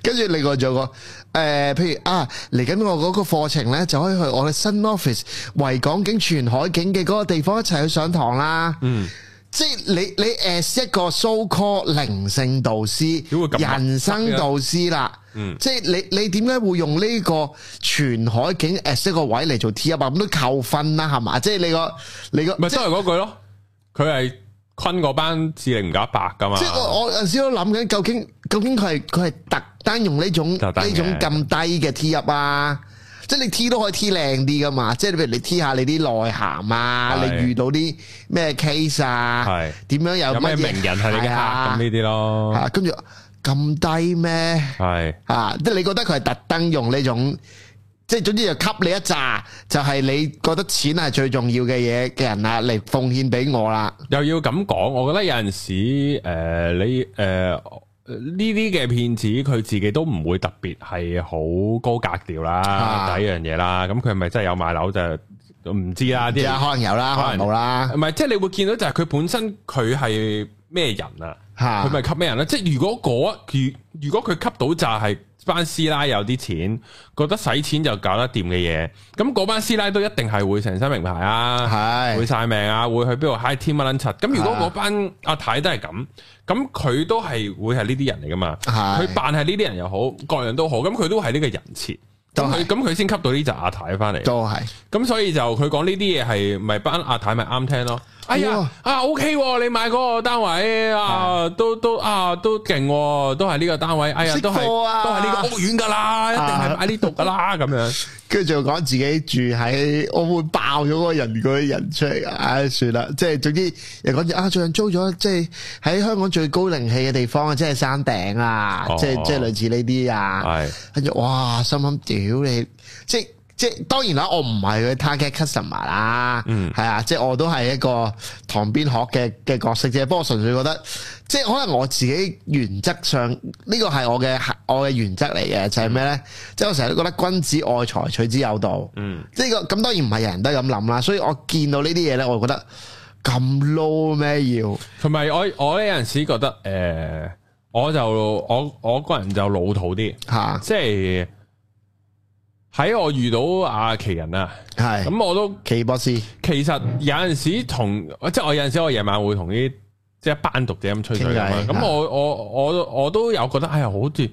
S2: 跟住另外仲有個诶、誒譬如啊，嚟緊我嗰個課程呢，就可以去我哋新 office 維港景全海景嘅嗰個地方一齊去上堂啦。嗯。即係你你 as 一個 so call 靈性導師
S1: 點會、咁啊
S2: 人生導師啦，
S1: 嗯
S2: 即係你你點解會用呢個全海景 as 一個位嚟做 T 一啊？咁都扣分啦，係嘛？即係你個你個
S1: 咪
S2: 即
S1: 都係嗰句咯。佢係坤嗰班智力唔夠一百噶嘛。
S2: 即係我我有時都諗緊，究竟究竟佢係佢係特登用呢種
S1: 特登嘅
S2: 呢種咁低嘅 T 入啊？即係你 T 都可以 T 靚啲噶嘛？即係譬如你 T 下你啲內涵啊，
S1: 係
S2: 你遇到啲咩 case 啊，
S1: 係
S2: 點樣有
S1: 有咩
S2: 乜嘢
S1: 名人係你嘅客
S2: 係
S1: 咁
S2: 啊
S1: 呢啲咯，
S2: 啊，跟住咁低咩？
S1: 係
S2: 啊，即係你覺得佢係特登用呢種，即係總之就給你一紮，就係你覺得錢係最重要嘅嘢嘅人啊，嚟奉獻俾我啦。
S1: 又要咁講，我覺得有陣時誒、呃你誒呢啲嘅騙子佢自己都唔會特別係好高格調啦，
S2: 啊
S1: 第一樣嘢啦，咁佢係咪真係有買樓就唔知啊啦，
S2: 即
S1: 啲
S2: 係
S1: 人
S2: 可能有啦，可
S1: 可
S2: 能
S1: 能
S2: 冇啦
S1: 唔。係即係你會見到就係佢本身佢係咩人啊？
S2: 嚇
S1: 佢咪吸咩人咧？即係如果嗰如如果佢吸到就係班師奶有啲錢，覺得使錢就搞得掂嘅嘢，咁嗰班師奶都一定係會成身名牌啊，
S2: 係
S1: 會晒命啊，會去邊度 high team 啊撚柒。咁如果嗰班阿太都係咁，咁佢都係會係呢啲人嚟噶嘛？
S2: 係
S1: 佢扮係呢啲人又好，各樣都好，咁佢都係呢個人設。
S2: 都
S1: 咁
S2: 係
S1: 佢咁佢先吸到呢隻阿太翻嚟，
S2: 都係。
S1: 咁所以就佢講呢啲嘢係咪班阿太咪啱聽咯？哎呀
S2: 哇
S1: 啊 OK，喎你買嗰個單位啊，都都啊都勁喎，都係呢個單位，哎呀
S2: 識
S1: 都係
S2: 貨啊
S1: 都係呢個屋苑噶啦，一定係買呢度噶
S2: [LAUGHS]
S1: 啦咁樣。
S2: 跟住就講自己住喺，我會爆咗嗰個人嗰啲人出嚟㗎。唉，算啦，即係總之又講住啊，最近租咗即係喺香港最高靈氣嘅地方啊，即係山頂啊，
S1: 哦
S2: 即係即係類似呢啲啊。
S1: 係
S2: 跟住哇，心諗屌你，即係即係當然啦，我唔係佢 target customer 啦，
S1: 嗯
S2: 係啊，即係我都係一個旁邊學嘅嘅角色啫。不過我純粹覺得，即係可能我自己原則上呢個係我嘅我嘅原則嚟嘅，就係咩呢？即係我成日都覺得君子愛財，取之有道。
S1: 嗯，
S2: 即係個咁當然唔係人人都係咁諗啦，所以我見到呢啲嘢呢，我就覺得咁 low 咩要？
S1: 同埋我我呢有阵时觉得诶、呃我就我我个人就老土啲，
S2: 吓，
S1: 即系喺我遇到阿奇人啊，
S2: 係
S1: 咁我都
S2: 奇異博士，
S1: 其實有阵时同，即系我有阵时我夜晚會同啲即系班讀者咁吹水咁
S2: 傾偈
S1: 樣
S2: 啊
S1: 咁我我我我都有覺得，哎呀，好似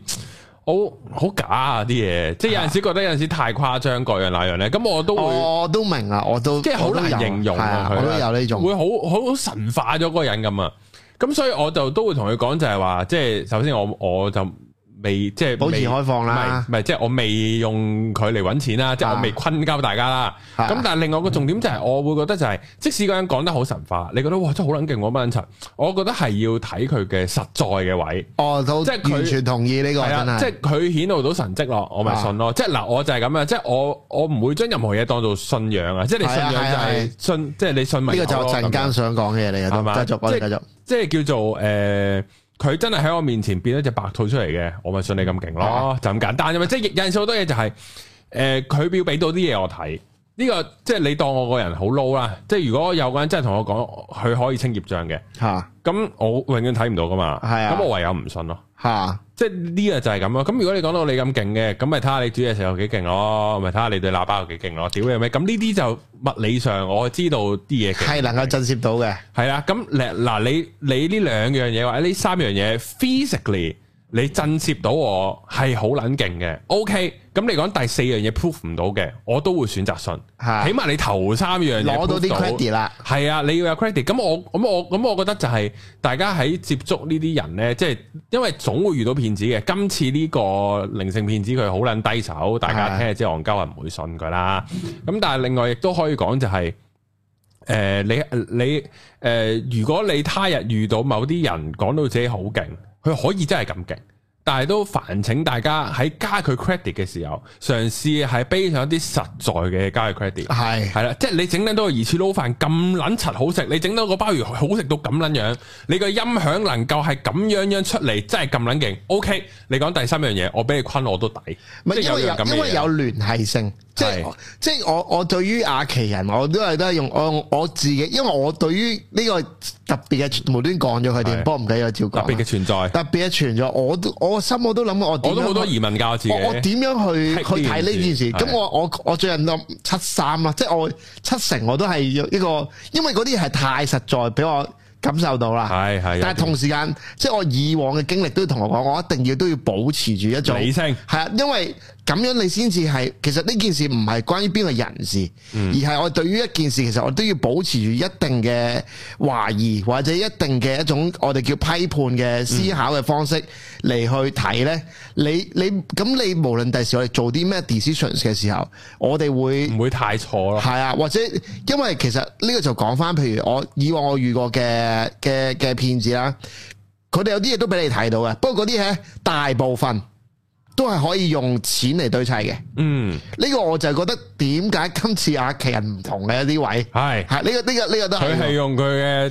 S1: 好好假啊啲嘢，即系有阵时觉得有阵时太誇張，各樣那樣咧，咁我都會
S2: 我都明啦，我都
S1: 即係好
S2: 我都有
S1: 難形容
S2: 係啊
S1: 啊，佢
S2: 我都有呢種。
S1: 會好好好神化咗嗰個人咁啊。咁所以我就都會同佢講就係話，即係首先我我就未即係
S2: 保持
S1: 未
S2: 開放啦
S1: 唔係唔係即係我未用佢嚟揾錢啦，即係
S2: 啊
S1: 我未困交大家啦。
S2: 啊
S1: 咁但係另外個重點就係，我會覺得就係，即使嗰個人講得好神化，你覺得哇真係好撚勁喎班柒，我覺得係要睇佢嘅實在嘅位，
S2: 哦，都
S1: 即係佢
S2: 完全同意呢個
S1: 係啊
S2: 真
S1: 啦，即
S2: 係
S1: 係佢顯露到神跡咯，我咪
S2: 啊
S1: 信咯。即係嗱，我就係咁樣，即係我我唔會將任何嘢當做信仰啊，即係你信仰
S2: 係啊係
S1: 就
S2: 啊係
S1: 係信，即係你信咪
S2: 呢個就
S1: 有咯
S2: 係我陣
S1: 咁樣
S2: 間想講嘅嘢嚟
S1: 係嘛
S2: 嘅，繼續我哋
S1: 即
S2: 繼
S1: 係
S2: 續
S1: 即係叫做诶，佢、真係喺我面前變咗隻白兔出嚟嘅，我咪信你咁勁咯
S2: 啊，
S1: 就咁簡單啫嘛。即係有阵时好多嘢就係呃佢要俾到啲嘢我睇。呢、個即係你當我個人好 low 啦，即係如果有個人真係同我講佢可以清業障嘅，
S2: 吓
S1: 咁我永遠睇唔到噶嘛，
S2: 係啊
S1: 咁我唯有唔信咯。
S2: 吓
S1: 即係呢個就係咁咯。咁如果你講到你咁勁嘅，咁咪睇下你煮嘢食有幾勁咯，咪睇下你對喇叭有幾勁咯。屌你咩？咁呢啲就物理上我知道啲嘢勁
S2: 係能夠震攝到嘅，
S1: 系啦，咁你嗱你你呢兩樣嘢或者呢三樣嘢 physically 你震攝到我係好撚勁嘅，OK，咁你講第四樣嘢 proof 唔到嘅，我都會選擇信，
S2: 係
S1: 起碼你頭三樣嘢
S2: 攞到
S1: proof
S2: 啲 credit 啦，
S1: 係啊，你要有 credit，咁我咁我咁我覺得就係大家喺接觸呢啲人呢，即係因為總會遇到騙子嘅，今次呢個靈性騙子佢好撚低手，大
S2: 係
S1: 家聽咗之後戇鳩啊人唔會信佢啦，咁但係另外亦都可以講就係、誒、你你誒、如果你他日遇到某啲人講到自己好勁，佢可以真係咁勁，但係都煩請大家喺加佢 credit 嘅時候，嘗試係 base 上一啲實在嘅加佢 credit。
S2: 係
S1: 係啦，即係你整撚到個疑似撈飯咁撚柒好食，你整到個鮑魚好食到咁撚樣，你個音響能夠係咁樣樣出嚟，真係咁撚勁。OK，你講第三樣嘢，我俾你坤我都抵，
S2: 唔係
S1: 即係
S2: 因為
S1: 有樣
S2: 有
S1: 咁嘅
S2: 因為
S1: 嘢
S2: 有聯繫性，即係
S1: 係
S2: 即係我我對於亞奇人我都係都係用我我自己，因為我對於呢個特別嘅無端講咗佢點，
S1: 係
S2: 不過唔緊要照
S1: 特別
S2: 講
S1: 嘅
S2: 啦。
S1: 存在，
S2: 特別嘅存在，我都我心我都諗我點
S1: 我都
S2: 樣
S1: 好多
S2: 去
S1: 疑問教我自己。
S2: 我我點樣去
S1: Take
S2: 去睇呢件
S1: 呢
S2: 事？
S1: 件事
S2: 咁
S1: 係
S2: 我我我最近諗七三啦，即係我七成我都係一個，因為嗰啲係太實在俾我感受到啦。
S1: 係係有
S2: 但係同時間，即係我以往嘅經歷都同我講，我一定要都要保持住一種
S1: 理性
S2: 係啊，因為咁樣你先至係其實呢件事唔係關於邊個人事，而係我對於一件事，其實我都要保持住一定嘅懷疑或者一定嘅一種我哋叫批判嘅思考嘅方式嚟去睇呢。你你咁你無論第時我哋做啲咩 decisions 嘅時候，我哋會。
S1: 唔會太錯
S2: [LAUGHS]
S1: 咯。
S2: 係啊，或者因為其實呢個就講翻，譬如我以往我遇過嘅嘅嘅騙子啦，佢哋有啲嘢都俾你睇到嘅，不過嗰啲嘢大部分都係可以用錢嚟堆砌嘅。呢、
S1: 嗯，
S2: 個我就係覺得點解今次阿奇人唔同嘅一啲位，
S1: 係
S2: 係呢、個呢、個呢、個都
S1: 佢係
S2: 係
S1: 用佢嘅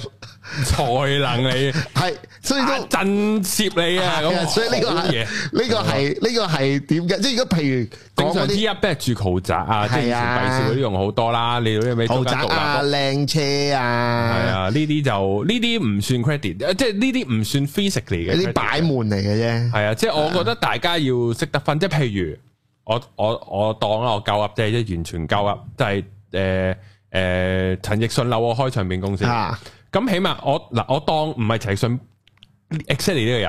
S1: 才能
S2: [LAUGHS]
S1: 嚟啊
S2: 係，所以都。
S1: 震攝你啊！
S2: 係
S1: 咁
S2: 啊所以呢個
S1: 好
S2: 係
S1: 嘢。
S2: 呢個係呢個係點嘅？即係如果譬如
S1: 正
S2: 講嗰
S1: 常 T
S2: 啲
S1: 一 back 住豪宅啊，即係以
S2: 係
S1: 前
S2: 啊
S1: 幣市嗰啲用好多啦。你嗰啲咩
S2: 豪
S1: 中
S2: 宅
S1: 間獨立
S2: 啊、
S1: 屋
S2: 靚車
S1: 系
S2: 啊，
S1: 啊，呢啲就呢啲唔算 credit，呃即係呢啲唔算 physically
S2: 嗰
S1: 嘅
S2: 啲
S1: credit。
S2: 擺門嚟嘅啫。
S1: 係啊，即係我覺得大家要識得分，即係譬如我我我當啦，我夠噏即係即係完全夠噏，就係诶诶陳奕迅扭我開唱片公司，
S2: 嚇
S1: 咁起碼我嗱我當唔係陳奕迅 exactly 呢個
S2: 嚇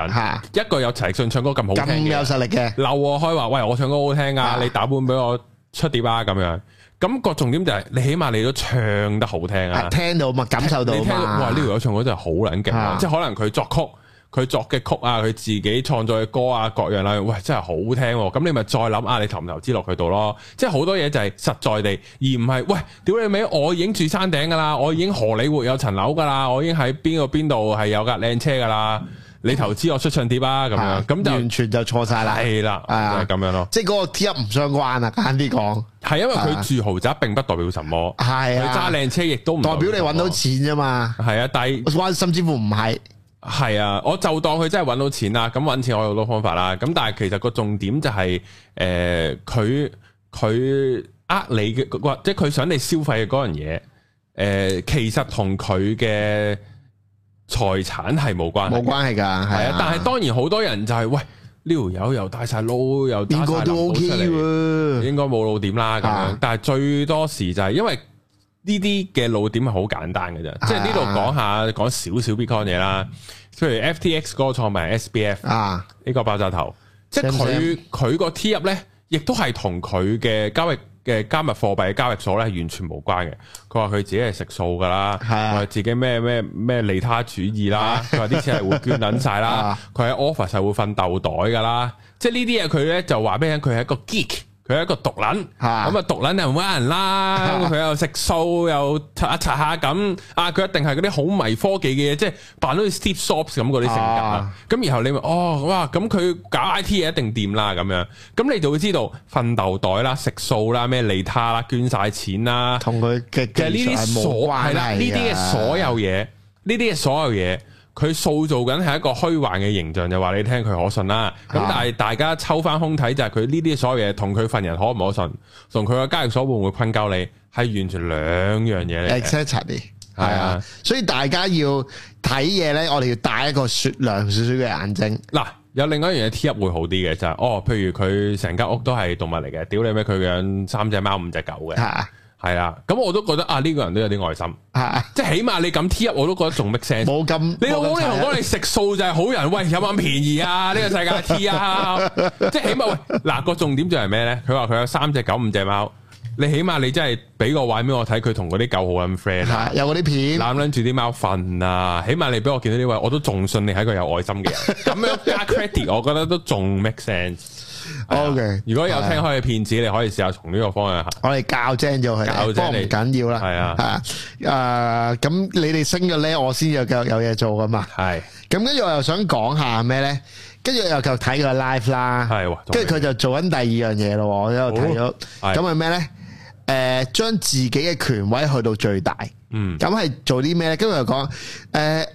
S1: 人，一個有陳奕迅唱歌咁好
S2: 咁
S1: 聽嘅
S2: 有
S1: 人。
S2: 實力嘅。
S1: 鬧我開話，喂，我唱歌好聽
S2: 啊
S1: 啊，你打本俾我出碟啊，咁樣。咁個重點就係你起碼你都唱得好聽
S2: 啊
S1: 啊，
S2: 聽到嘛，感受到
S1: 你聽到哇
S2: 啊嘛
S1: 呢，條友唱歌真係好撚勁
S2: 啊
S1: 啊，即係可能佢作曲。佢作嘅曲啊，佢自己創作嘅歌啊，各樣啦，喂，真係好聽喎！咁你咪再諗啊，你投唔投資落佢度咯？即係好多嘢就係實在地，而唔係喂，屌你尾，我已經住山頂噶啦，我已經荷里活有層樓噶啦，我已經喺邊個邊度係有架靚車噶啦，你投資我出唱碟啊，咁樣咁就
S2: 完全就錯晒啦，
S1: 係啦，
S2: 係啊
S1: 就係咁樣咯。
S2: 即係嗰個 T 一唔相關啊，簡單啲講，
S1: 係因為佢住豪宅並不代表什麼，
S2: 啊係
S1: 佢
S2: 啊
S1: 揸，靚車亦都唔
S2: 代表你
S1: 什麼
S2: 揾到。錢啫嘛，
S1: 係啊，但係
S2: 關甚至乎唔係，
S1: 係啊，我就當佢真係揾到錢啦。咁揾錢我有好多方法啦。咁但係其實個重點就係、誒，佢佢呃你嘅嗰個，即係佢想你消費嘅嗰樣嘢，誒、其實同佢嘅財產係冇關
S2: 冇
S1: 係嘅。
S2: 關係
S1: 係
S2: 㗎，係
S1: 啊，但係當然好多人就係、喂呢條友又戴晒撈，又
S2: 邊
S1: 揸
S2: 個
S1: 晒
S2: 都 OK
S1: 林寶出嚟
S2: 喎，
S1: 應該冇露點啦咁樣
S2: 啊，
S1: 但係最多時就係因為呢啲嘅露點係好簡單嘅啫，即係呢度講下講少少 Bitcoin 嘢啦，譬如 FTX 嗰個創辦人 SBF
S2: 啊，
S1: 呢個爆炸頭，即係
S2: Sam
S1: 佢佢個 T 入咧，亦都係同佢嘅交易嘅加密貨幣嘅交易所咧係完全無關嘅。佢話佢自己係食素噶啦，
S2: 係啊
S1: 話自己咩咩咩利他主義啦，佢話啲錢係會捐撚晒啦
S2: [LAUGHS] 啊，
S1: 佢喺 office 係會瞓豆袋噶啦，即係呢啲嘢佢咧就話俾人聽佢係一個 geek。佢係一個毒撚，咁
S2: 啊
S1: 啊毒撚就唔揾人啦，
S2: 啊
S1: 佢又食素又刷一刷下咁，啊佢一定係嗰啲好迷科技嘅嘢，即係扮到好似 Steve Jobs 咁嗰啲性格啊
S2: 啊。
S1: 咁然後你咪哦，哇！咁佢搞 I T 嘢一定掂啦，咁樣咁你就會知道奮鬥袋啦、食素啦、咩利他啦、捐晒錢啦，
S2: 同佢嘅
S1: 其實
S2: 技
S1: 呢
S2: 術
S1: 啲
S2: 係
S1: 所
S2: 冇
S1: 係
S2: 關係啊
S1: 啦，呢啲嘅
S2: 㗎
S1: 所有嘢，呢啲嘅所有嘢，佢塑造緊係一個虛幻嘅形象，就話你聽佢可信啦。咁
S2: 啊
S1: 但係大家抽翻空睇就係佢呢啲所有嘢同佢份人可唔可信，同佢嘅交易所會唔會困鳩你，係完全兩樣嘢嚟嘅。
S2: exactly
S1: 係啊
S2: 係啊，所以大家要睇嘢咧，我哋要戴一個雪亮少少嘅眼睛，
S1: 嗱，有另外一樣嘢 T 入會好啲嘅就係、哦，譬如佢成間屋都係動物嚟嘅，屌你咩佢養三隻貓五隻狗嘅，
S2: 吓
S1: 係啦，咁我都覺得啊呢、個人都有啲愛心，
S2: 吓，
S1: 即係起碼你咁 T 入我都覺得仲 make sense。
S2: 冇咁
S1: 你老母
S2: 冇
S1: 你同
S2: 咁睇啊
S1: 我哋食素就係好人，喂有冇咁便宜啊？呢、個世界 T 啊，即係起碼喂嗱個重點就係咩咧？佢話佢有三隻狗五隻貓，你起碼你真係俾個位俾我睇，佢同嗰啲狗好咁 friend 啊。
S2: 係有嗰啲片
S1: 揽捻住啲貓瞓啊！起碼你俾我見到呢位，我都仲信你係一個有愛心嘅人。
S2: [LAUGHS]
S1: 咁樣加 credit，我覺得都仲 make sense。啊
S2: ，OK。
S1: 如果有
S2: 係
S1: 聽開嘅騙子，你可以試下從呢個方向行。
S2: 我哋教精咗
S1: 教
S2: 佢，
S1: 精
S2: 不過
S1: 你
S2: 唔緊要啦。
S1: 係啊
S2: 係啊，誒，咁你哋升咗咧，我先有繼續有嘢做噶嘛。
S1: 係
S2: 咁跟住我又想講下咩咧？跟住我又繼續睇佢 live 啦，
S1: 係，哇
S2: 跟住佢就做緊第二樣嘢咯。我喺度睇咗，
S1: 好係
S2: 咁係咩咧？誒，將自己嘅權威去到最大，
S1: 嗯
S2: 咁係做啲咩咧？跟住佢就講誒誒，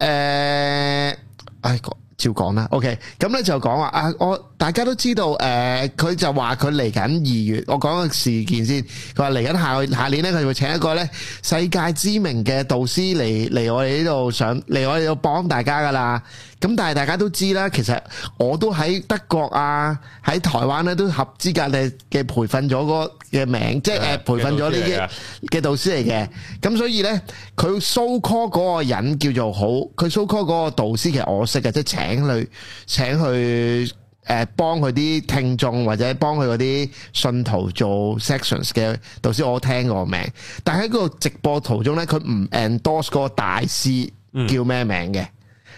S2: 唉，講照講啦。OK，咁咧就講話啊，我大家都知道誒，佢、就話佢嚟緊二月，我講個事件先。佢話嚟緊下下年咧，佢會請一個咧世界知名嘅導師嚟嚟我哋呢度上嚟我哋度幫大家噶啦。咁但係大家都知啦，其實我都喺德國啊，喺台灣咧都合資格嘅嘅培訓咗個嘅名，即係誒培訓咗呢
S1: 嘅導師嚟㗎
S2: 啲。嘅導師嚟嘅，咁所以呢，佢 so call 嗰個人叫做好，佢 so call 嗰個導師其實我識嘅，即係請佢請佢誒幫佢啲聽眾或者幫佢嗰啲信徒做 sections 嘅導師，我聽過個名，但喺個直播途中呢，佢唔 endorse 嗰個大師
S1: 嗯
S2: 叫咩名嘅，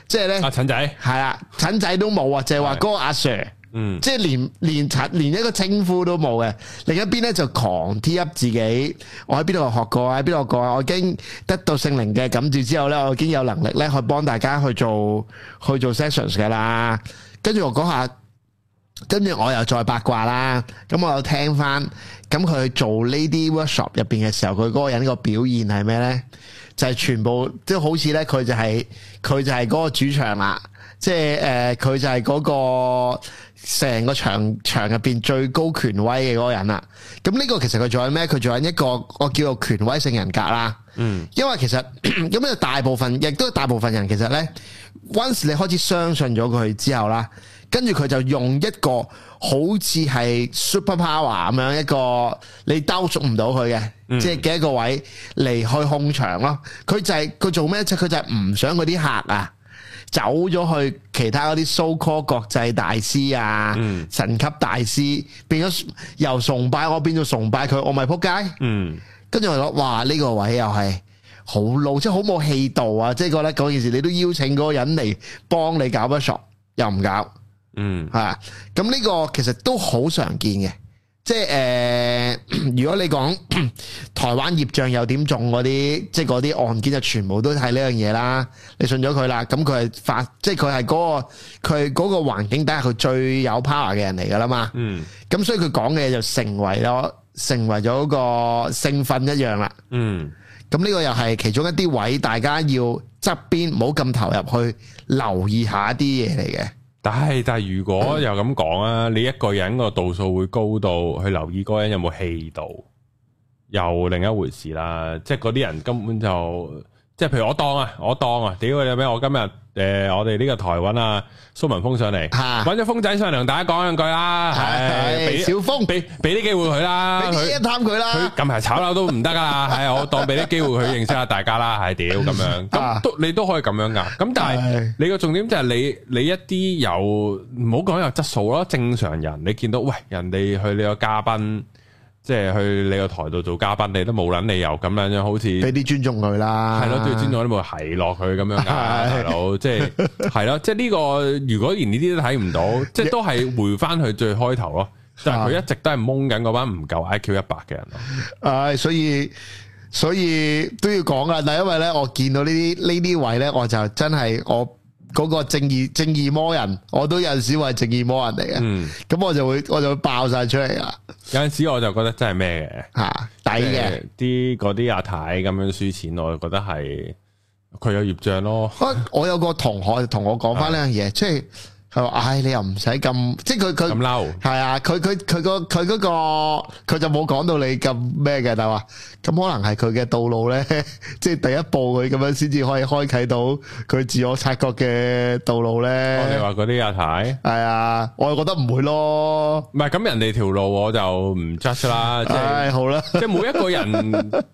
S2: 即係
S1: 阿
S2: 呢，
S1: 陳仔，
S2: 係啦，陳仔都冇啊，就係話
S1: 係
S2: 嗰個阿 Sir。
S1: 嗯
S2: 即係連連陳連一個稱呼都冇嘅，另一邊咧就狂 T up 自己，我喺邊度學過，喺邊度學過，我已經得到聖靈嘅感召之後咧，我已經有能力咧去幫大家去做去做 sessions 噶啦。跟住我嗰下，跟住我又再八卦啦，咁我又聽翻，咁佢做呢啲 workshop 入邊嘅時候，佢嗰個人個表現係咩咧？就係全部即係好似咧，佢就係、佢就係嗰個主場啦，即係誒佢就係嗰、個成個場場入邊最高權威嘅嗰個人啦。咁呢個其實佢做緊咩？佢做緊一個我叫做權威性人格啦。
S1: 嗯，
S2: 因為其實 [CLEARS THROAT] 咁咧，大部分亦都有大部分人其實呢 once 你開始相信咗佢之後啦，跟住佢就用一個好似係 super power 咁樣一個你兜捉唔到佢嘅，即係嘅一個位嚟去控場咯。佢就係、佢做咩啫？佢就係唔想嗰啲客啊。走咗去其他嗰啲 so call 國際大師啊、
S1: 嗯
S2: 神級大師，變咗由崇拜我變咗崇拜佢，我咪撲街。
S1: 嗯，
S2: 跟住我諗，哇！呢、個位又係好 low，即係好冇氣度啊！即係覺得嗰件事，你都邀請嗰個人嚟幫你搞 workshop，又唔搞
S1: 嗯，
S2: 嚇。咁呢個其實都好常見嘅，即係诶、 [CLEARS THROAT] 如果你講台灣業障又點中嗰啲，即係嗰啲案件就全部都係呢樣嘢啦。你信咗佢啦，咁佢係發，即係佢係嗰個佢嗰個環境底下佢最有 power 嘅人嚟㗎啦嘛。
S1: 嗯
S2: 咁所以佢講嘅嘢就成為咗成為咗個性分一樣啦。
S1: 嗯
S2: 咁呢個又係其中一啲位，大家要側邊唔好咁投入去留意下一啲嘢嚟嘅。
S1: 但係但係如
S2: [COUGHS]
S1: 果又咁講啊，你一個人個度數會高到去留意嗰個人有冇氣度，又另一回事啦。即係嗰啲人根本就即係譬如我當啊，我當啊，屌你咩？我今日诶、呃我哋呢個台揾啊蘇文峰上嚟，
S2: 嚇
S1: 揾咗峰仔上嚟同大家講兩句啦，唉
S2: 係
S1: 俾
S2: 小峰，俾
S1: 俾俾啲機會啊佢啦，
S2: 啲
S1: 佢
S2: 嘢探佢
S1: 佢
S2: 啦。
S1: 近排炒樓都唔得噶啦， [LAUGHS] 係我當俾啲機會佢認識下大家啦，係屌咁樣，咁
S2: 啊
S1: 都你都可以咁樣噶，咁但係
S2: 係
S1: 你個重點就係你你一啲有唔好講有質素咯，正常人你見到喂人哋去你個嘉賓，即係去你個台度做嘉賓，你都冇撚理由咁樣樣，好似
S2: 俾啲尊重佢啦。
S1: 係咯，都要尊重啲冇係落佢咁樣噶，大
S2: 係
S1: 佬，即係係咯，即係呢個如果連呢啲都睇唔到，即係都係回翻去最開頭咯。但係佢一直都係蒙緊嗰班唔夠 I Q 一百嘅人咯。
S2: 唉，所以所以都要講啊噶，但係因為咧，我見到呢啲呢啲位咧，我就真係我嗰個正義正義魔人，我都有陣時話正義魔人嚟嘅，
S1: 嗯，
S2: 咁、我就會我就會爆晒出嚟啦
S1: 有阵时我就覺得真係咩
S2: 吓，抵
S1: 嘅，
S2: 嘅。
S1: 即係啲嗰啲阿太咁樣輸錢，我就覺得係佢有業障
S2: [LAUGHS]
S1: 咯。
S2: 我我有個同學同我講翻呢樣嘢，即係佢話：，唉，你又唔使咁，即係佢佢
S1: 咁嬲，
S2: 系啊，佢佢佢个佢嗰個佢就冇講到你咁咩嘅，但係話咁可能係佢嘅道路咧， [LAUGHS] 即係第一步佢咁樣先至可以開啟到佢自我察覺嘅道路
S1: 我哋
S2: 咧。
S1: 哦話嗰啲阿太。
S2: 係啊，我又覺得唔會咯。
S1: 唔係咁人哋條路我就唔 judge
S2: [LAUGHS]
S1: 啦，即係
S2: 唉，好啦，
S1: 即係每一個
S2: [LAUGHS]
S1: 人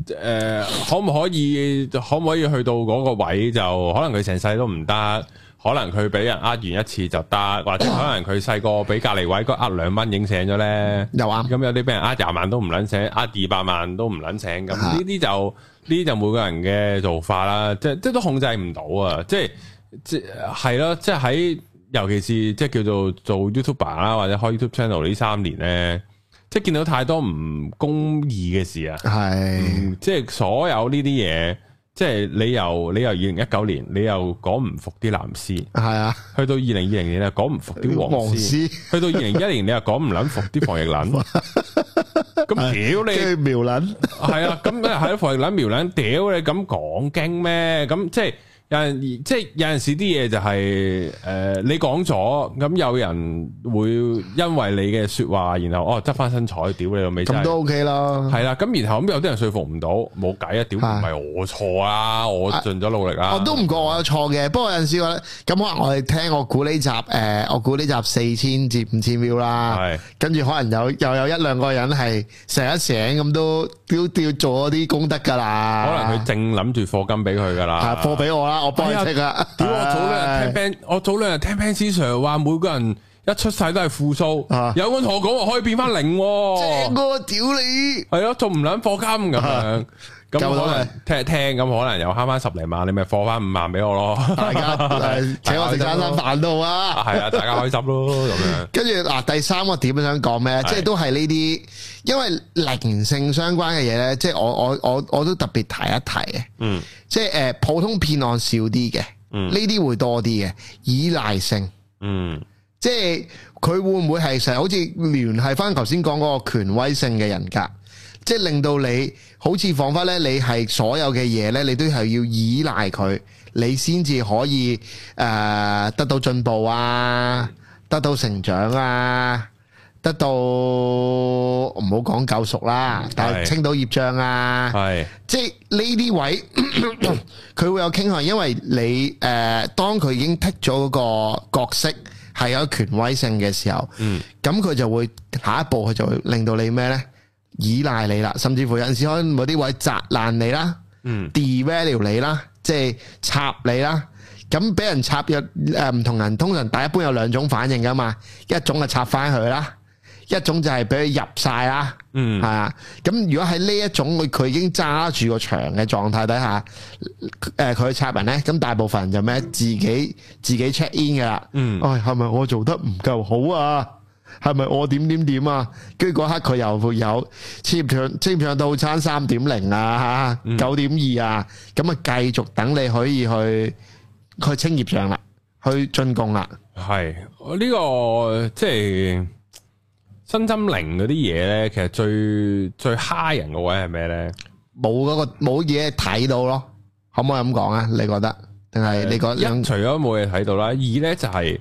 S1: 诶、呃可唔可以可唔可以去到嗰個位就可能佢成世都唔得，可能佢俾人呃完一次就得，或者可能佢細個俾隔離位嗰呃兩蚊影醒咗咧。
S2: 又
S1: 咁
S2: 啱，
S1: 有啲俾人呃廿萬都唔撚醒，呃二百萬都唔撚醒，咁
S2: 啊
S1: 呢啲就呢啲就每個人嘅做法啦，即係即係都控制唔到啊！即係即係係咯，即係喺尤其是即係叫做做 YouTuber 啦，或者開 YouTube channel 呢三年咧，即係見到太多唔公義嘅事啊！
S2: 係
S1: 嗯即係所有呢啲嘢，即係你由你由二零一九年，你又講唔服啲藍絲，
S2: 係啊，
S1: 去到二零二零年你又啊講唔服啲黃
S2: 黃
S1: 絲。
S2: 絲
S1: 去到二零一
S2: [LAUGHS]
S1: 年，你又講唔撚服啲防疫撚，咁屌你
S2: 跟住苗撚
S1: 係啊！咁係咯，防疫撚苗撚，屌你咁講經咩？咁即係有陣即係有陣時啲嘢就係、呃你講咗，咁有人會因為你嘅説話，然後哦執翻身彩，屌你老味真
S2: 咁
S1: 係。
S2: 都 OK 啦。
S1: 係啊啦，咁然後咁有啲人說服唔到，冇計啊！屌唔
S2: 啊
S1: 係我錯啊，我盡咗努力啊。
S2: 我都唔覺我有錯嘅，不過有陣時我咧，咁可能我哋聽我估呢集，誒、我估呢集四千至五千 view 啦，
S1: 係
S2: 跟住可能有又有一兩個人係成一醒咁都都都要做咗啲功德㗎
S1: 可
S2: 啦，
S1: 能佢正諗住課金俾佢㗎啦
S2: 係。貨俾我啦，我幫你剔啊，
S1: 屌！我早兩日聽 band，我早兩日聽 band C Sir 話，每個人一出世都係負數
S2: 啊，
S1: 有個人同我講話可以變翻零喎，
S2: 正啊哥屌
S1: [LAUGHS]
S2: 你，
S1: 係咯，仲唔撚課金咁樣，咁
S2: 夠
S1: 可
S2: 啦
S1: 能聽一聽咁，可能又慳翻十零萬，你咪課翻五萬俾我咯，
S2: 大家誒請我食餐餐飯都好啊。
S1: 係哎啊，大家開心咯咁樣，
S2: 跟住嗱，第三個點想講咩？即係都係呢啲，因為靈性相關嘅嘢咧，即係我我我我都特別提一提嘅。
S1: 嗯
S2: 即係誒、呃普通騙案少啲嘅，
S1: 嗯
S2: 呢啲、會多啲嘅依賴性，
S1: 嗯
S2: 即係佢會唔會係成日好似聯繫翻頭先講嗰個權威性嘅人格，即係令到你好似彷彿咧，你係所有嘅嘢咧，你都係要依賴佢，你先至可以誒、呃得到進步啊，得到成長啊。得到唔好講救贖啦，但係
S1: 係
S2: 清到業障啊，
S1: 係
S2: 即係呢啲位， [COUGHS] 佢會有傾向，因為你誒、呃，當佢已經剔咗嗰個角色係有權威性嘅時候，
S1: 嗯
S2: 咁佢就會下一步佢就會令到你咩呢？依賴你啦，甚至乎有陣時可能某啲位砸爛你啦
S1: 嗯
S2: ，devalue 你啦，即係插你啦。咁俾人插入誒唔同人，通常大一般有兩種反應噶嘛，一種就插翻佢啦，一種就係俾佢入晒啦。
S1: 嗯
S2: 係啊，咁如果喺呢一種佢佢已經揸住個場嘅狀態底下，誒、佢去插人咧，咁大部分人就咩自己自己 check in 噶啦。
S1: 嗯
S2: 唉、哎，係咪我做得唔夠好啊？係咪我點點點啊？跟住嗰刻佢又會有簽唔唱簽唔唱套餐三點零啊，九點二啊，咁啊繼續等你可以去去清業上啦，去進貢啦，
S1: 系我呢個即係身心靈嗰啲嘢咧，其實最最蝦人個位係咩咧？
S2: 冇嗰、個冇嘢睇到咯，可唔可以咁講啊？你覺得？定係你覺
S1: 一
S2: 得？
S1: 除咗冇嘢睇到啦，二咧就係